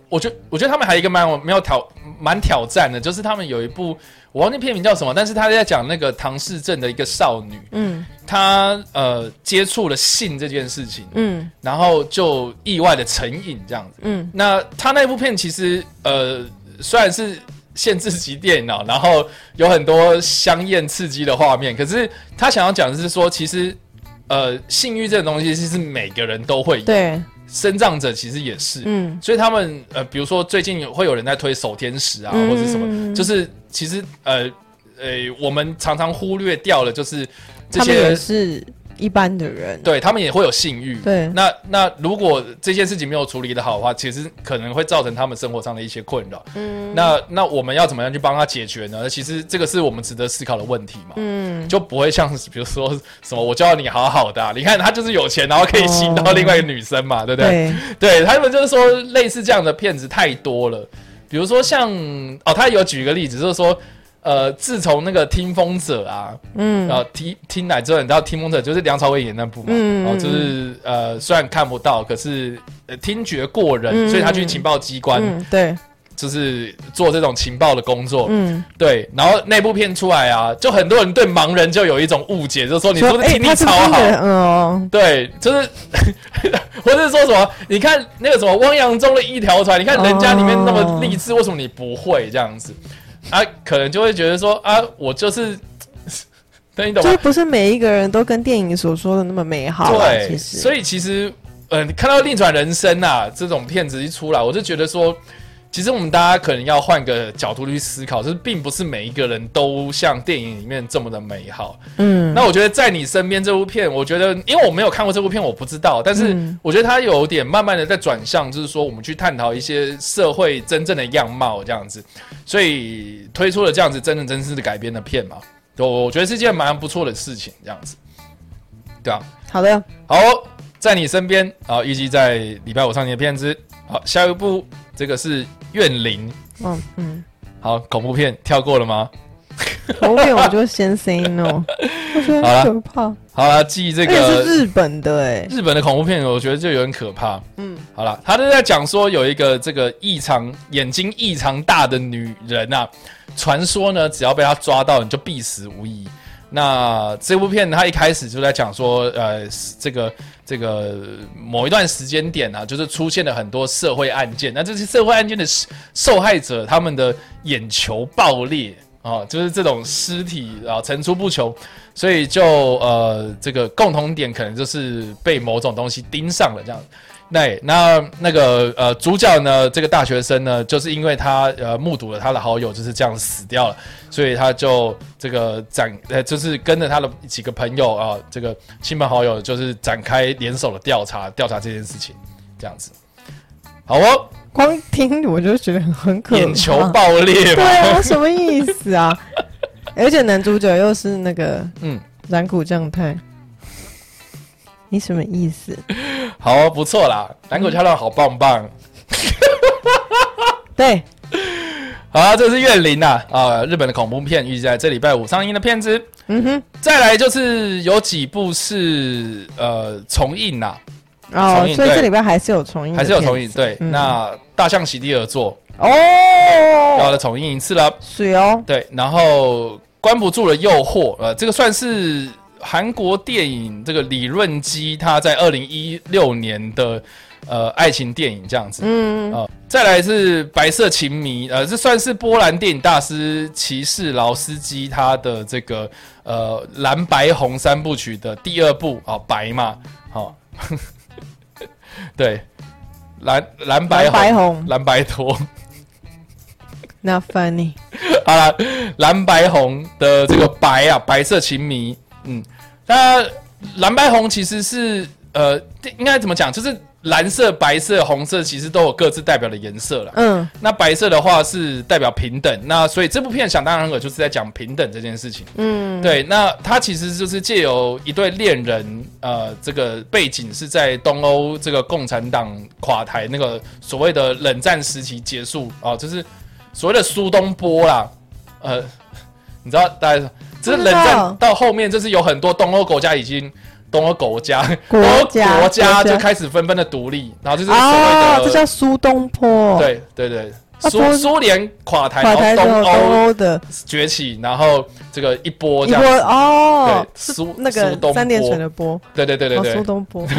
S1: 我觉得，我觉得他们还有一个蛮有没有挑蛮挑战的，就是他们有一部我忘记片名叫什么，但是他在讲那个唐氏症的一个少女，
S2: 嗯
S1: 他呃接触了性这件事情，
S2: 嗯
S1: 然后就意外的成瘾这样子。
S2: 嗯
S1: 那他那部片其实呃虽然是限制级电影哦，然后有很多香艳刺激的画面，可是他想要讲的是说，其实呃性欲这种东西其实每个人都会有，
S2: 对，
S1: 生长者其实也是。
S2: 嗯
S1: 所以他们呃，比如说最近会有人在推守天使啊，
S2: 嗯
S1: 或者什么，就是其实呃呃，我们常常忽略掉了，就是这
S2: 他们
S1: 些
S2: 也是一般的人。
S1: 对他们也会有性欲。
S2: 对
S1: 那那如果这件事情没有处理的好的话，其实可能会造成他们生活上的一些困扰。嗯，那那我们要怎么样去帮他解决呢？其实这个是我们值得思考的问题嘛。嗯，就不会像是比如说什么我教你好好的啊、你看他就是有钱，然后可以吸引到
S2: 哦
S1: 另外一个女生嘛，对不对？
S2: 对，
S1: 对他们就是说，类似这样的骗子太多了。比如说像哦，他有举一个例子，就是说，呃，自从那个听风者啊，嗯，然后听听来之后，你知道听风者就是梁朝伟演那部嘛，
S2: 嗯
S1: 哦，就是呃，虽然看不到，可是、呃、听觉过人，
S2: 嗯
S1: 所以他去情报机关、
S2: 嗯，对，
S1: 就是做这种情报的工作，
S2: 嗯，
S1: 对。然后那部片出来啊，就很多人对盲人就有一种误解，就是说你是不
S2: 说
S1: 是
S2: 哎，
S1: 听
S2: 他
S1: 力
S2: 是
S1: 超
S2: 不是
S1: 好？
S2: 真的嗯哦，
S1: 对，就是， 或者是说什么？你看那个什么汪洋中的一条船，你看人家里面那么励志，为什么你不会这样子？啊，可能就会觉得说啊，我就是， 那你懂
S2: 就
S1: 吗？
S2: 不是每一个人都跟电影所说的那么美好啊。
S1: 对，
S2: 其实，
S1: 所以其实，嗯、你看到另转人生啊这种片子一出来，我就觉得说，其实我们大家可能要换个角度去思考，就是并不是每一个人都像电影里面这么的美好。
S2: 嗯，
S1: 那我觉得在你身边这部片，我觉得因为我没有看过这部片，我不知道，但是
S2: 嗯
S1: 我觉得它有点慢慢的在转向，就是说我们去探讨一些社会真正的样貌这样子，所以推出了这样子真人真事的改编的片嘛，我我觉得是件蛮不错的事情，这样子，对啊，
S2: 好的，
S1: 好，在你身边啊，预计在礼拜五上映的片子，好，下一部这个是《怨灵》，
S2: 嗯嗯，
S1: 好，恐怖片跳过了吗？
S2: 后面我就先 say no，我觉得
S1: 好啦
S2: 很可怕，
S1: 好啦，继这
S2: 而
S1: 个
S2: 且哎是日本的哎，
S1: 日本的恐怖片，我觉得就有点可怕。嗯
S2: 嗯，
S1: 好了，他就在讲说有一个这个异常眼睛异常大的女人啊，传说呢，只要被她抓到，你就必死无疑。那这部片它一开始就在讲说，呃，这个这个某一段时间点啊，就是出现了很多社会案件，那这些社会案件的受受害者他们的眼球爆裂啊，就是这种尸体啊层出不穷，所以就呃，这个共同点可能就是被某种东西盯上了这样。那那那个呃，主角呢，这个大学生呢，就是因为他呃目睹了他的好友就是这样死掉了，所以他就这个展呃，就是跟着他的几个朋友啊、这个亲朋好友，就是展开联手的调查，调查这件事情，这样子。好哦，
S2: 光听我就觉得很很可怕，
S1: 眼球爆裂
S2: 对
S1: 嘛，
S2: 啊，什么意 思啊？而且男主角又是那个
S1: 嗯
S2: 嗯染谷将太，你什么意思？
S1: 好哦、不错啦，南口桥段好棒棒。
S2: 对，
S1: 好、这是怨灵呐、啊，日本的恐怖片，预计在这礼拜五上映的片子。
S2: 嗯哼，
S1: 再来就是有几部是呃重映呐、
S2: 哦
S1: 重，映
S2: 所以
S1: 对
S2: 这里边还是有重映的片子，
S1: 还是有重映。对，
S2: 嗯
S1: 那大象席地而坐要
S2: 哦，
S1: 再重映一次了。
S2: 水哦，
S1: 对，然后关不住的诱惑，呃，这个算是韩国电影这个李润基他在二零一六年的呃爱情电影这样子。
S2: 嗯，
S1: 呃，再来是《白色情迷》，呃，这算是波兰电影大师骑士劳斯基他的这个呃蓝白红三部曲的第二部啊、白嘛，好、 对，蓝蓝白
S2: 蓝
S1: 红
S2: 白红
S1: 蓝白拖，
S2: 那 funny，
S1: 好啦，蓝白红的这个白啊，白色情迷，嗯，那蓝白红其实是呃，应该怎么讲，就是蓝色、白色、红色其实都有各自代表的颜色啦。
S2: 嗯，
S1: 那白色的话是代表平等，那所以这部片想当然尔就是在讲平等这件事情。嗯，对，那它其实就是借由一对恋人，呃，这个背景是在东欧这个共产党垮台那个所谓的冷战时期结束啊、就是所谓的苏东波啦，呃，你知道大家这是冷
S2: 不知
S1: 战
S2: 道
S1: 到后面，就是有很多东欧国家已经。东欧国家，
S2: 国
S1: 东欧
S2: 家
S1: 国家
S2: 国家
S1: 就开始纷纷的独立，然后就是所
S2: 啊，
S1: 谓的
S2: 这叫苏东坡，，
S1: 对对对，
S2: 啊
S1: 苏
S2: 波
S1: 苏联垮台，
S2: 垮台
S1: 然
S2: 之
S1: 后东
S2: 后东
S1: 欧
S2: 欧的
S1: 崛起，然后这个一波
S2: 一
S1: 这
S2: 波
S1: 样，
S2: 哦
S1: 对，，苏
S2: 那
S1: 苏东
S2: 个三点水
S1: 波，
S2: 的波，
S1: 对对对对
S2: 哦，苏
S1: 对
S2: 东坡，第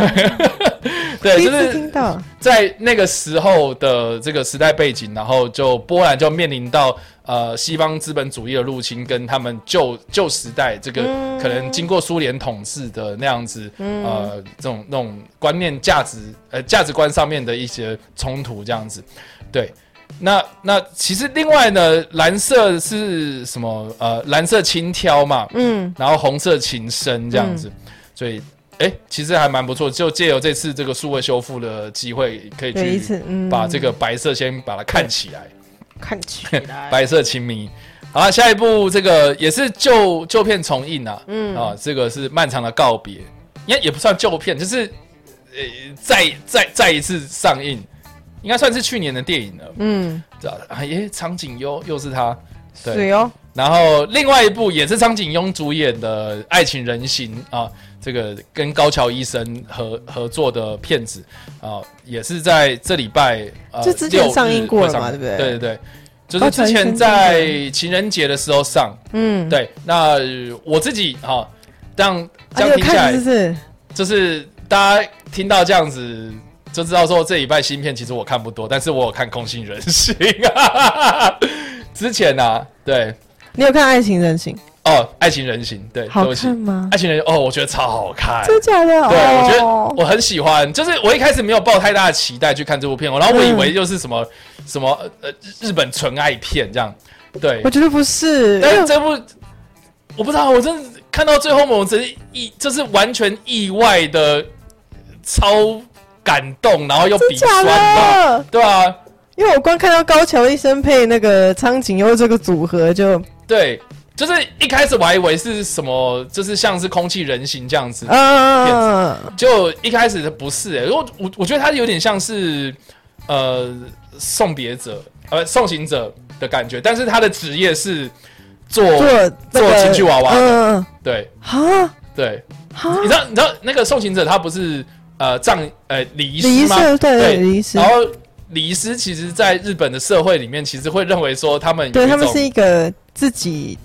S1: 对，
S2: 一
S1: 就
S2: 次
S1: 是
S2: 听到，
S1: 在那个时候的这个时代背景，然后就波兰就面临到呃西方资本主义的入侵，跟他们旧旧时代这个
S2: 嗯
S1: 可能经过苏联统治的那样子呃这种那种观念价值呃价值观上面的一些冲突这样子，对。那那其实另外呢，蓝色是什么？呃，蓝色轻佻嘛，
S2: 嗯
S1: 然后红色情深这样子，所以。哎、其实还蛮不错，就借由这次这个数位修复的机会，可以
S2: 有一
S1: 去
S2: 次，嗯，
S1: 把这个白色先把它看起来。
S2: 看起 来，
S1: 白色情迷。好啦，下一部这个也是旧旧片重映啊，嗯啊，这个是漫长的告别，应该也不算旧片，就是呃再再再一次上映，应该算是去年的电影了，
S2: 嗯，
S1: 知道啊？耶，苍井优又是他，对
S2: 水哦，
S1: 然后另外一部也是苍井优主演的《爱情人形》啊，这个跟高桥医生合合作的片子啊，也是在这礼拜呃，
S2: 这之前上映过了嘛
S1: 六日
S2: 对不对
S1: 会上对对对，就是之前在情人节的时候上。
S2: 嗯，
S1: 对，那呃我自己哈，这样这
S2: 啊，
S1: 样
S2: 你有
S1: 听下
S2: 看是
S1: 来
S2: 不，是？
S1: 就是大家听到这样子。就知道说这礼拜新片其实我看不多，但是我有看《空心人形》啊。 之前啊，对，
S2: 你有看《爱情人形
S1: 哦，《爱情人形》对，》对
S2: 好
S1: 不起，
S2: 看
S1: 《
S2: 吗？
S1: 爱情人》哦，我觉得超好看，
S2: 真的假的？
S1: 对，我觉得
S2: 哦
S1: 我很喜欢。就是我一开始没有抱太大的期待去看这部片，然后我以
S2: 嗯
S1: 为就是什么、什么呃呃日本纯爱片这样，对
S2: 我，觉得不是，哎
S1: 但
S2: 因
S1: 是
S2: 为
S1: 这部我不知道，我真的看到最后，我真是意就是完全意外的超感动，然后又鼻
S2: 真
S1: 酸
S2: 假
S1: 到，
S2: 的？
S1: 对啊，
S2: 因为我光看到高桥医生配那个苍井优这个组合就，
S1: 对，就是一开始我还以为是什么，就是像是空气人形这样子，
S2: 嗯，
S1: 就一开始不是、欸，我我我觉得他有点像是呃送别者呃送行者的感觉，但是他的职业是做
S2: 做那个
S1: 做情趣娃娃
S2: 嗯嗯
S1: 对
S2: 嗯，啊
S1: 对，
S2: 啊
S1: 你，知道你知道那个送行者他不是呃葬呃礼仪
S2: 李
S1: 师
S2: 医
S1: 吗？
S2: 师对
S1: 对
S2: 对李医师
S1: 然，后礼仪师其实在日本的社会里面，其实会认为说他们有
S2: 对
S1: 一
S2: 他们
S1: 种
S2: 是一个自己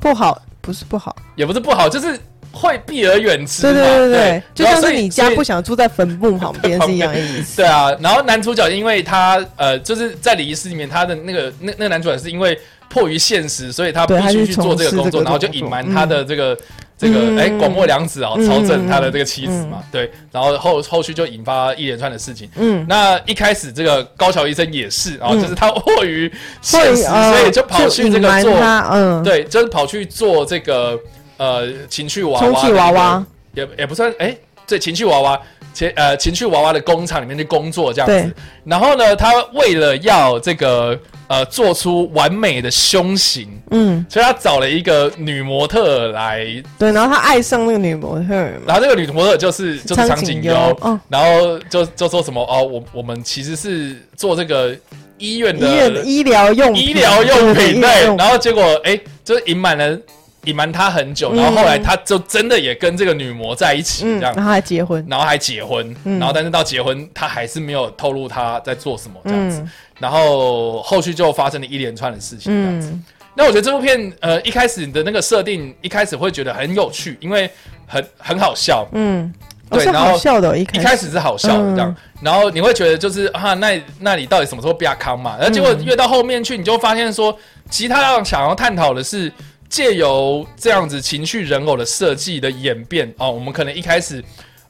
S2: 不好，不是不好，
S1: 也不是不好，就是会避而远之嘛。
S2: 对对对对
S1: 对
S2: 对，，就像
S1: 然后所
S2: 是
S1: 以
S2: 你家
S1: 所以
S2: 不想住在坟墓旁边是一样的意思。
S1: 对啊，然后男主角因为他呃，就是在《礼仪师》里面，他的那个那那个男主角是因为迫于现实，所以他必
S2: 对他
S1: 须
S2: 去
S1: 去做这个工
S2: 从事这
S1: 作，
S2: 个
S1: 然后就
S2: 工
S1: 隐
S2: 作
S1: 瞒他的这个、这个
S2: 嗯
S1: 哎广末凉子哦，
S2: 嗯
S1: 朝
S2: 嗯
S1: 正
S2: 嗯
S1: 他的这个妻子嘛，对，然后后后续就引发一连串的事情。
S2: 嗯，
S1: 那一开始这个高桥医生也是，然后
S2: 嗯
S1: 就是他迫于现实，
S2: 呃
S1: 所以就跑去这
S2: 隐
S1: 个
S2: 瞒
S1: 做，
S2: 他，嗯，
S1: 对，就是跑去做这个呃情趣娃娃的
S2: 充
S1: 一个，
S2: 气娃娃，
S1: 也也不算哎，对，情趣娃娃，情呃情趣娃娃的工厂里面去工作这样
S2: 对
S1: 子。然后呢，他为了要这个呃做出完美的胸型，
S2: 嗯，
S1: 所以他找了一个女模特儿来，
S2: 对，然后他爱上那个女模特儿嘛，
S1: 然后这个女模特儿就是就是长颈
S2: 井
S1: 优，
S2: 哦，
S1: 然后就就说什么哦，我我们其实是做这个医院
S2: 医院
S1: 的
S2: 的医疗用品
S1: 医疗用
S2: 对
S1: 品
S2: 医疗
S1: 对，
S2: 用
S1: 然后结果哎，就是隐瞒了。隐瞒他很久，然后后来
S2: 嗯
S1: 他就真的也跟这个女模在一起，
S2: 嗯，
S1: 这样
S2: 然。后还结婚，
S1: 然后还结婚，
S2: 嗯
S1: 然后但是到结婚他还是没有透露他在做什么这样子，
S2: 嗯
S1: 然后后续就发生了一连串的事情这样子。
S2: 嗯
S1: 那我觉得这部片呃一开始的那个设定一开始会觉得很有趣，因为很很好笑，
S2: 嗯，哦
S1: 对
S2: 是
S1: 然后
S2: 好笑的哦，一
S1: 一
S2: 开
S1: 开始是好笑的这
S2: 嗯
S1: 样，然后你会觉得就是啊那那你到底什么时候被他康嘛？然后结果越到后面去，你就发现说，其实他想要探讨的是。借由这样子情绪人偶的设计的演变哦，我们可能一开始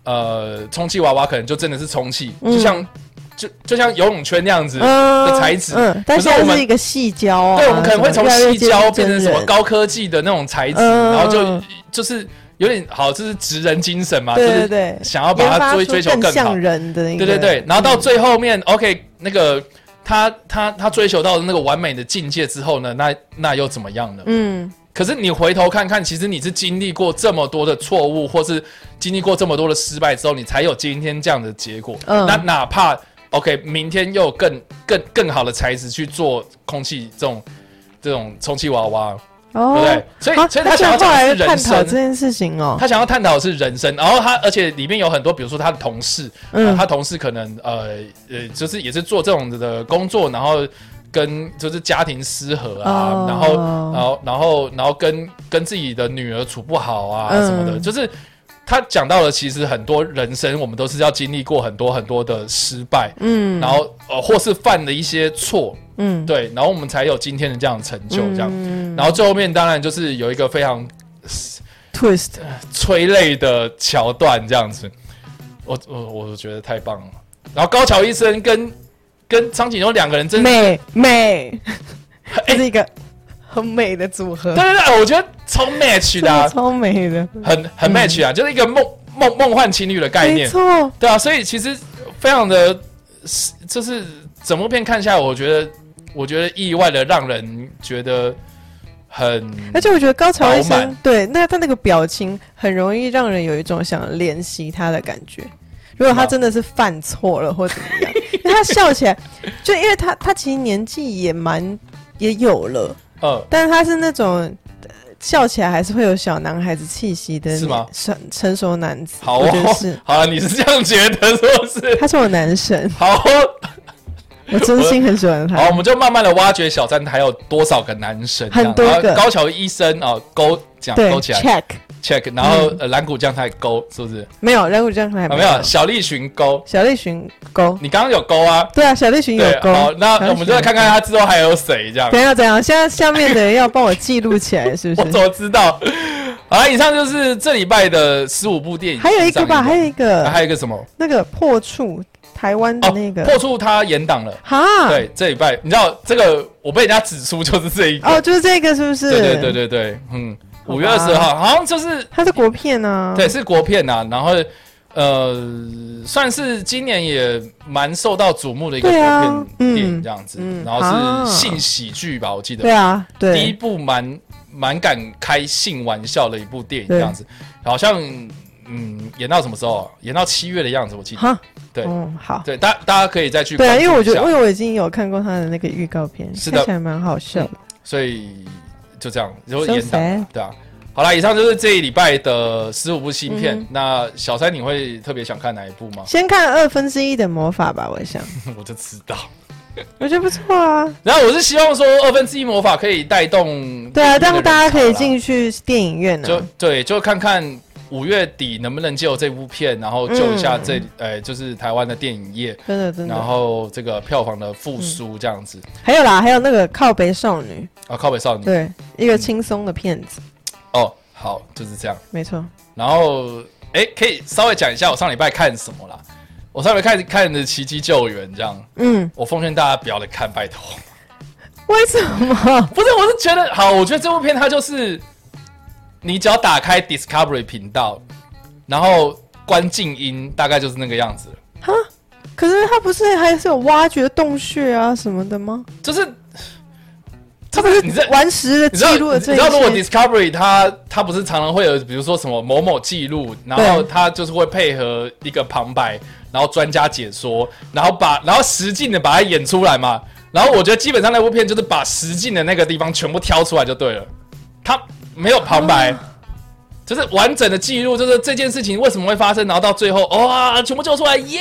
S1: 呃，充气娃娃可能就真的是充气，
S2: 嗯
S1: 就像就就像游泳圈那样子。
S2: 嗯
S1: 的材质
S2: 嗯，但
S1: 可是
S2: 现
S1: 我
S2: 在
S1: 们
S2: 是一个细胶啊，
S1: 对，我们可能会从
S2: 什么
S1: 细胶变成什么，
S2: 越来越接近真人
S1: 高科技的那种材质，
S2: 嗯
S1: 然后就
S2: 嗯
S1: 就是有点好，就是职人精神啊嘛，就
S2: 对对
S1: 是
S2: 对，
S1: 想要把
S2: 研
S1: 它
S2: 发
S1: 追
S2: 出
S1: 追求更好
S2: 像。人的那个，嗯
S1: 对对对，然后到最后面、o k 那个他他他追求到那个完美的境界之后呢，那那又怎么样呢？
S2: 嗯
S1: 可是你回头看看，其实你是经历过这么多的错误，或是经历过这么多的失败之后，你才有今天这样的结果。
S2: 嗯
S1: 那哪怕 OK，明天又有更更更好的材质去做空气这种这种充气娃娃，
S2: 哦
S1: 对不对？所以、
S2: 啊
S1: 所以
S2: 那
S1: 他想要
S2: 后
S1: 讲的
S2: 来
S1: 是
S2: 探
S1: 人
S2: 讨这
S1: 生。啊
S2: 件事情哦，
S1: 他想要探讨的是人生，然后他，而且里面有很多，比如说他的同事，嗯、
S2: 嗯
S1: 他同事可能呃呃，就是也是做这种的工作，然后跟就是家庭失和啊，
S2: 哦
S1: 然后然后然后然后跟跟自己的女儿处不好啊、
S2: 嗯
S1: 什么的，就是他讲到了，其实很多人生我们都是要经历过很多很多的失败，
S2: 嗯
S1: 然后呃或是犯了一些错，
S2: 嗯，
S1: 对，然后我们才有今天的这样的成就这样。
S2: 嗯
S1: 然后最后面当然就是有一个非常
S2: twist
S1: 催泪的桥段这样子，我我我觉得太棒了。然后高桥医生跟跟苍井优两个人真的，
S2: 美美，
S1: 哎
S2: 这是一个很美的组合
S1: 对，对对，我觉得超 match
S2: 真
S1: 的、
S2: 的
S1: 啊，
S2: 超美的，嗯
S1: 很很 match 啊，就是一个梦梦梦幻情侣的概
S2: 没
S1: 念，
S2: 错，
S1: 对啊，所以其实非常的，是就是整部片看下来，我觉得我觉得意外的让人觉得很，
S2: 而且我觉得高潮
S1: 嗯
S2: 医
S1: 饱
S2: 生
S1: 满
S2: 对那他那个表情很容易让人有一种想怜惜他的感觉。如果他真的是犯错了或怎么 样，因为他笑起来，就因为他他其实年纪也蛮也有了，
S1: 嗯，
S2: 但是他是那种、呃笑起来还是会有小男孩子气息的，
S1: 是吗
S2: 成成熟男子，
S1: 好
S2: 我觉得
S1: 哦
S2: 是，，
S1: 好啊，你是这样觉得是不是？
S2: 他是我 男神，
S1: 好哦，
S2: 我真心很喜欢他
S1: 好，。我们就慢慢的挖掘小三还有多少个男神这样，
S2: 很多
S1: 然后
S2: 个
S1: 高桥医生啊、勾讲
S2: 对
S1: 勾起来
S2: ，check
S1: check，然后、呃、蓝谷将太勾是不是？
S2: 没有，然后这样还
S1: 啊，没有，小栗旬勾，
S2: 小栗旬勾，
S1: 你刚刚有勾啊？
S2: 对啊，小栗旬有
S1: 对，
S2: 勾
S1: 好，。那
S2: 小栗旬
S1: 我们就来看看他之后还有谁这样
S2: 有勾。。等一下，等一下，现在下面的人要帮我记录起来，是
S1: 我怎
S2: 不
S1: 么
S2: 是？
S1: 知道？好了，以上就是这礼拜的十五部电影。
S2: 还有一个吧，还有一
S1: 啊
S2: 个
S1: 还有一个什么？
S2: 那个破处，台湾的
S1: 哦，
S2: 那个啊
S1: 破处他延档了。
S2: 哈，，
S1: 对，这礼拜你知道这个，我被人家指出就是这一个。
S2: 哦，就是这个，是不是？
S1: 对对对，对对，嗯，
S2: 好吧
S1: 五月二十号，好像就是
S2: 它是国片啊。
S1: 对，是国片呐、然后呃，算是今年也蛮受到瞩目的一个国
S2: 对啊
S1: 片
S2: 嗯
S1: 电影这样子，
S2: 嗯
S1: 然后
S2: 啊
S1: 是性喜剧吧，我记得
S2: 对啊，
S1: 第一
S2: 对，
S1: 部蛮蛮敢开性玩笑的一部电影这样子，好像嗯演到什么时候啊？演到七月的样子，我记得。
S2: 哈，
S1: 对
S2: 嗯，好。
S1: 对，大大家可以再去
S2: 对啊，
S1: 关注一
S2: 因
S1: 下
S2: 为我觉得，因为我已经有看过他的那个预告片，
S1: 是的嗯
S2: 看起来蛮好笑的。
S1: 所以就这样，然后
S2: So
S1: 演档
S2: sad
S1: 对啊。好啦，以上就是这一礼拜的十五部新片。
S2: 嗯
S1: 那小三你会特别想看哪一部吗？
S2: 先看二分之一的魔法吧，我想，
S1: 我就知道。
S2: 我觉得不错啊。
S1: 然后我是希望说二分之一魔法可以带动
S2: 对啊，
S1: 电影
S2: 让
S1: 的
S2: 大家可以
S1: 人潮啦
S2: 进嗯去电影院啊
S1: 就
S2: 呢。
S1: 对，就看看五月底能不能借由这部片，然后救一下这、呃，就是台湾的电影业，
S2: 真的真
S1: 然
S2: 的。
S1: 后这个票房的复苏这样子。
S2: 还有啦，还有那个靠北少女，
S1: 啊，靠北少女
S2: 对，一个轻松的片子，
S1: 哦，好，就是这样。
S2: 没错。
S1: 然后哎，可以稍微讲一下我上礼拜看什么啦？我上礼拜看看的《奇迹救援》这样，
S2: 嗯，
S1: 我奉劝大家不要来看，拜托。
S2: 为什么？
S1: 不是，我是觉得好，我觉得这部片它就是，你只要打开 Discovery 频道，然后关静音，大概就是那个样子了。
S2: 可是他不是还是有挖掘洞穴啊什么的吗？
S1: 就是
S2: 他不是
S1: 你这
S2: 顽石的
S1: 你
S2: 记
S1: 知道，
S2: 录了
S1: 你
S2: 这
S1: 知
S2: 一
S1: 道如果
S2: 切。
S1: Discovery 它它不是常常会有，比如说什么某某记录，然后
S2: 对
S1: 它就是会配合一个旁白，然后专家解说，然后把然后实境的把它演出来嘛。然后我觉得基本上那部片就是把实境的那个地方全部挑出来就对了，它没有旁
S2: 哦
S1: 白。就是完整的记录，就是这件事情为什么会发生，然后到最后，哇、全部救出来，耶、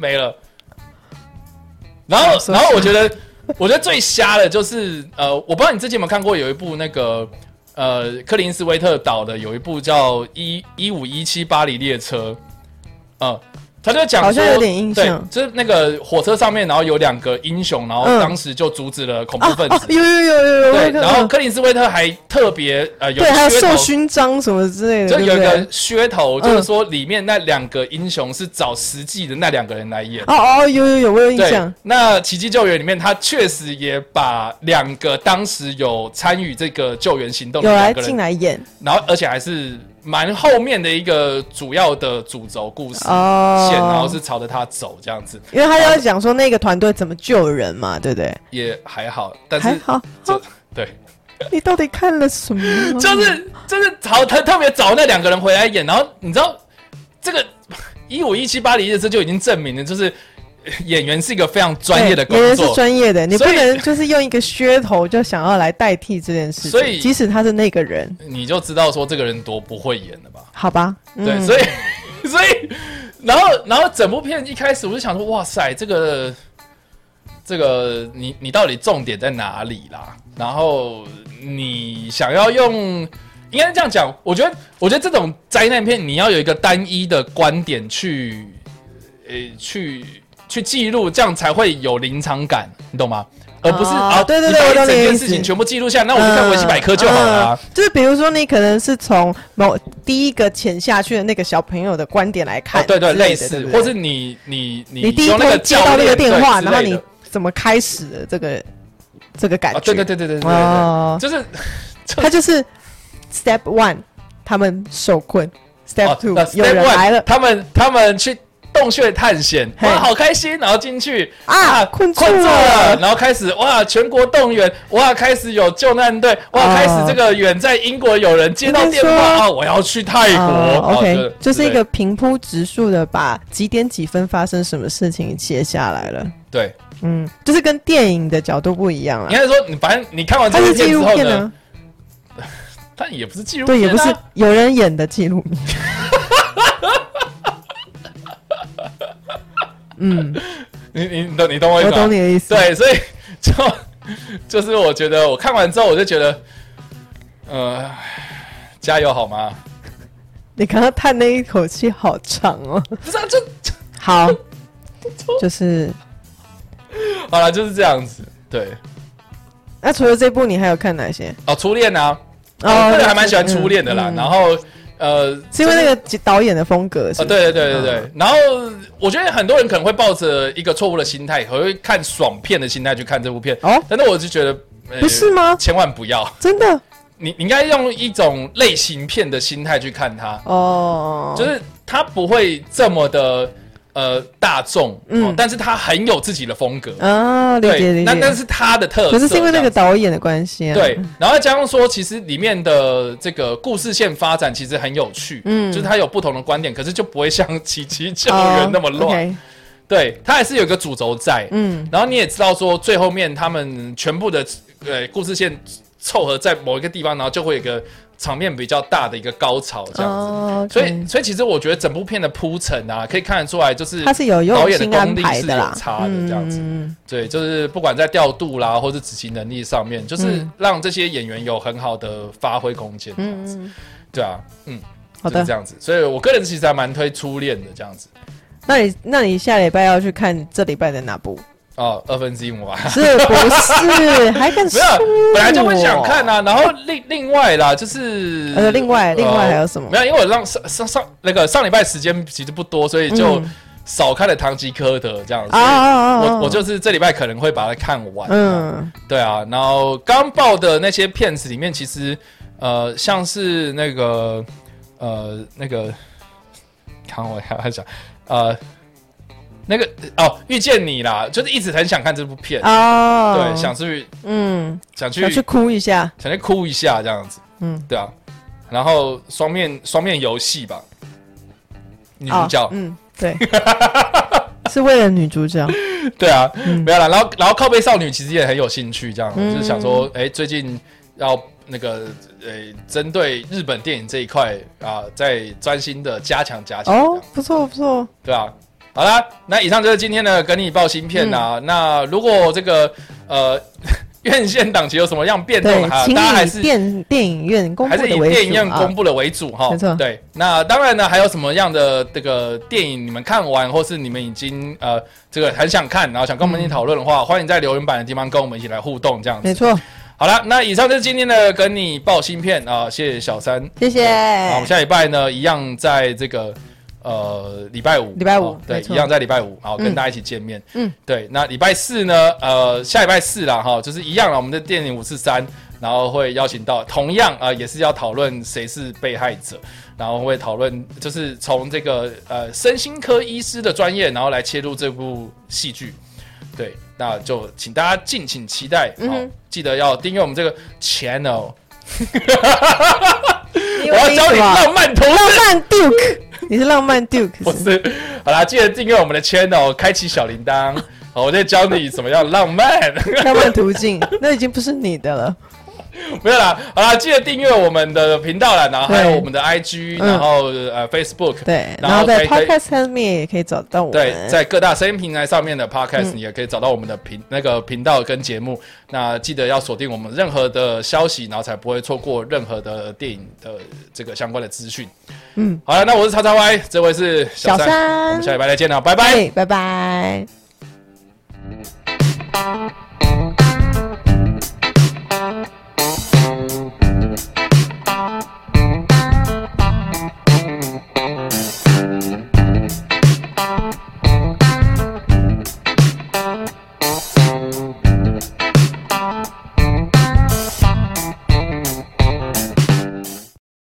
S1: 没了。然后
S2: 啊，所以
S1: 然后我觉得，我觉得最瞎的就是，呃，我不知道你之前有没有看过有一部那个，呃，克林斯威特导的有一部叫《一一五一七巴黎列车》，嗯，他就讲
S2: 好像
S1: 说
S2: 有点印象
S1: 对，就是那个火车上面，然后有两个英雄，然后
S2: 嗯
S1: 当时就阻止了恐怖
S2: 啊
S1: 分
S2: 啊
S1: 子，，
S2: 有有有有有，我
S1: 对，
S2: 有看
S1: 然后
S2: 嗯
S1: 克林斯威特还特别呃有
S2: 对，还有
S1: 噱头
S2: 授勋章什么之类的，
S1: 就
S2: 对
S1: 有
S2: 不
S1: 一
S2: 对
S1: 个噱头，
S2: 嗯
S1: 就是说里面那两个英雄是找实际的那两个人来演。
S2: 哦哦，有有有，我有印
S1: 对
S2: 象。，
S1: 那《奇迹救援》里面，他确实也把两个当时有参与这个救援行动的
S2: 有来
S1: 两个
S2: 进
S1: 人，
S2: 来演
S1: 然后而且还是蛮后面的一个主要的主轴故事
S2: 哦，
S1: 线，然后是朝着他走这样子，
S2: 因为他要讲说那个团队怎么救人嘛，对不对？
S1: 也还好，但
S2: 还
S1: 是
S2: 好，
S1: 这对，
S2: 你到底看了什么？
S1: 就是就是好特特别找那两个人回来演，然后你知道这个一五一七八零的这就已经证明了，就是呃演员是一个非常专业的工
S2: 对演员是
S1: 作。
S2: 专业的，你不
S1: 所以
S2: 能就是用一个噱头就想要来代替这件事情，
S1: 所以
S2: 即使他是那个人，
S1: 你就知道说这个人多不会演了吧？
S2: 好吧？嗯
S1: 对，所以 所以然后然后整部片一开始我就想说，哇塞，这个这个你你到底重点在哪里啦？然后你想要用。应该是这样讲，我觉得，我觉得这种灾难片，你要有一个单一的观点去，呃、去去记录，这样才会有临场感，你懂吗？而不是
S2: 哦
S1: 啊，
S2: 对对
S1: 你
S2: 对
S1: 把
S2: 我懂
S1: 整
S2: 你的
S1: 件
S2: 意
S1: 事
S2: 思
S1: 情全部记录下来，那我就看维基百科就好了啊、
S2: 嗯嗯就是比如说，你可能是从某第一个潜下去的那个小朋友的观点来
S1: 哦，
S2: 看之
S1: 对
S2: 的，
S1: 对，类似，
S2: 对不对
S1: 或是你你你
S2: 你第一
S1: 用
S2: 通
S1: 那个
S2: 接到
S1: 教
S2: 那
S1: 练
S2: 个电话，
S1: 对
S2: 然后
S1: 之类
S2: 你
S1: 的
S2: 怎么开始的这个这个感
S1: 啊，
S2: 觉？
S1: 对对对对对对对，
S2: 哦
S1: 就是
S2: 他就是 step one，他们受困；step
S1: 哦
S2: two，、
S1: 那
S2: 有
S1: step
S2: 人
S1: one，
S2: 来了
S1: 他们他们去洞穴探险，
S2: 嘿
S1: 哇，好开心，然后进去
S2: 啊，困住
S1: 困住
S2: 了
S1: 了，，然后开始哇，全国动员，哇，开始有救难队，哇，
S2: 啊
S1: 开始这个远在英国有人接到电话
S2: 应该说
S1: 啊，我要去泰国
S2: 啊
S1: 哦
S2: OK，就是一
S1: 之类
S2: 个平铺直述的把几点几分发生什么事情写下来了。
S1: 对，
S2: 嗯，就是跟电影的角度不一样
S1: 应
S2: 啊。
S1: 该说你反正你看完这
S2: 它
S1: 部
S2: 是
S1: 片
S2: 纪
S1: 之
S2: 录
S1: 后
S2: 片
S1: 呢
S2: 啊，，
S1: 但也不是纪录片啊，
S2: 对，也不是有人演的纪录片。嗯，
S1: 你你你懂你懂我意思吗
S2: 我懂？你的意思。，
S1: 哎对，所以就就是我觉得我看完之后，我就觉得，呃，加油好吗？
S2: 你刚刚叹那一口气好长 哦。
S1: 不是啊，就就
S2: 好，就是
S1: 好了，就是这样子。对，
S2: 那除了这部，你还有看哪些？
S1: 哦，初恋啊，哦，我个人还蛮喜欢初恋的啦。然
S2: 后
S1: 后呃，
S2: 嗯是因为
S1: 就
S2: 那个导演的风格是
S1: 啊，
S2: 不是？
S1: 对对对对对。
S2: 嗯
S1: 然后我觉得很多人可能会抱着一个错误的心态，和会看爽片的心态去看这部片。
S2: 哦，
S1: 但是我就觉得、呃
S2: 不是吗？
S1: 千万不要，
S2: 真的
S1: 你你应该用一种类型片的心态去看它，
S2: 哦，
S1: 就是它不会这么的呃大众，嗯、
S2: 嗯
S1: 但是它很有自己的风格。
S2: 啊，理解
S1: 对，
S2: 理
S1: 那那
S2: 解。
S1: 是它的特色。
S2: 可是是因为那
S1: 这
S2: 个
S1: 样子
S2: 导演的关系啊。
S1: 对，然后加上说，其实里面的这个故事线发展其实很有趣，
S2: 嗯
S1: 嗯，就是它有不同的观点，可是就不会像 《奇奇救
S2: 哦，
S1: 援》那么乱，
S2: OK，
S1: 对，它还是有一个主轴在。
S2: 嗯，
S1: 然后你也知道说，最后面他们全部的呃故事线凑合在某一个地方，然后就会有一个场面比较大的一个高潮这样子。
S2: 哦，
S1: 所以，所以其实我觉得整部片的铺陈啊，可以看得出来，就是
S2: 他是有
S1: 导演
S2: 用
S1: 的
S2: 心安
S1: 功力
S2: 排
S1: 是
S2: 啦
S1: 有，差的这样子。
S2: 嗯
S1: 对，就是不管在调度啦，或是执行能力上面，就是
S2: 嗯
S1: 让这些演员有很好的发挥空间。
S2: 嗯嗯，嗯
S1: 对啊，嗯，
S2: 好
S1: 就是
S2: 的
S1: 这。样子。所以我个人其实还蛮推初恋的这样子。
S2: 那你那你下礼拜要去看这礼拜的 哪部？
S1: 哦，二分之一魔啊，
S2: 是不是？还敢
S1: 没
S2: 说
S1: 有？，本来就会想看
S2: 啊。
S1: 啊。然后另另外啦，就是
S2: 呃，另外另外还有什么
S1: 没？有，因为我让上上上那个上礼拜时间其实不多，所以就
S2: 嗯
S1: 少看了《堂吉诃德》这样子。
S2: 啊啊啊！啊
S1: 我我就是这礼拜可能会把它看完。嗯。
S2: 嗯
S1: 对啊，然后刚爆的那些片子里面，其实呃，像是那个呃那个，看我还还想呃那个哦，遇见你啦，就是一直很想看这部片，
S2: 哦，
S1: 对，想去
S2: 嗯
S1: 想去
S2: 想去哭一下，
S1: 想去哭一下这样子，
S2: 嗯
S1: 对啊，然后双面双面游戏吧，女主角
S2: 哦，嗯对， 是为了女主角，
S1: 对啊，
S2: 嗯
S1: 没有啦。然后然后靠背少女其实也很有兴趣，这样、
S2: 嗯
S1: 就是想说，哎、最近要那个呃，针对日本电影这一块啊，在专心的加强加强，
S2: 哦，不错不错，
S1: 这样对啊。好啦，那以上就是今天的跟你报芯片啊。
S2: 嗯
S1: 那如果这个呃 院线档期有什么样变
S2: 对
S1: 动哈，，
S2: 请
S1: 大家还是
S2: 以电电影院公
S1: 还
S2: 布
S1: 是
S2: 的
S1: 以
S2: 为主
S1: 电影院
S2: 啊
S1: 公。布的为主哈、
S2: 没错
S1: 对，那当然呢，还有什么样的这个电影你们看完，或是你们已经呃这个很想看，然后想跟我们一起讨论的话，欢迎在留言板的地方跟我们一起来互动这样
S2: 嗯没
S1: 子。
S2: 错，
S1: 好了，那以上就是今天的跟你报芯片啊、谢谢小三。
S2: 谢谢。
S1: 好，我们下礼拜呢一样在这个。呃，礼拜五，
S2: 礼拜五
S1: 哦对，
S2: 没
S1: 一
S2: 错
S1: 样在礼拜五，好，
S2: 嗯
S1: 跟大家一起见面。
S2: 嗯
S1: 嗯，对，那礼拜四呢，呃，下礼拜四啦，哈，就是一样了，我们的电影五四三，然后会邀请到，同样啊、呃也是要讨论谁是被害者，然后会讨论，就是从这个呃身心科医师的专业，然后来切入这部戏剧。对，那就请大家敬请期待，好，
S2: 嗯哼
S1: 记得要订阅我们这个 channel，
S2: 我
S1: 我要教你
S2: 啊
S1: 浪漫投资
S2: 浪。漫 Duke，你是 浪漫 Duke，
S1: 不
S2: 是
S1: 是，好啦，记得订阅我们的 channel，开启小铃铛。 好，我再教你怎么样浪漫。
S2: 浪漫途径，那已经不是你的了。
S1: 没有啦，好啦，记得订阅我们的频道啦，然后还有
S2: 对
S1: 我们的 IG，
S2: 嗯
S1: 然后呃 Facebook，
S2: 对，
S1: 然后
S2: 然后在
S1: 可以可以
S2: Podcast 上面也可以找到我
S1: 对，
S2: 们。
S1: 在各大声音平台上面的 podcast，、你也可以找到我们的频那个频道跟节目。那记得要锁定我们任何的消息，然后才不会错过任何的电影的这个相关的资讯。
S2: 嗯，
S1: 好了，那我是叉叉 Y，这位是
S2: 小
S1: 三，
S2: 三
S1: 我们下礼拜再见了，拜拜。
S2: 对，拜拜。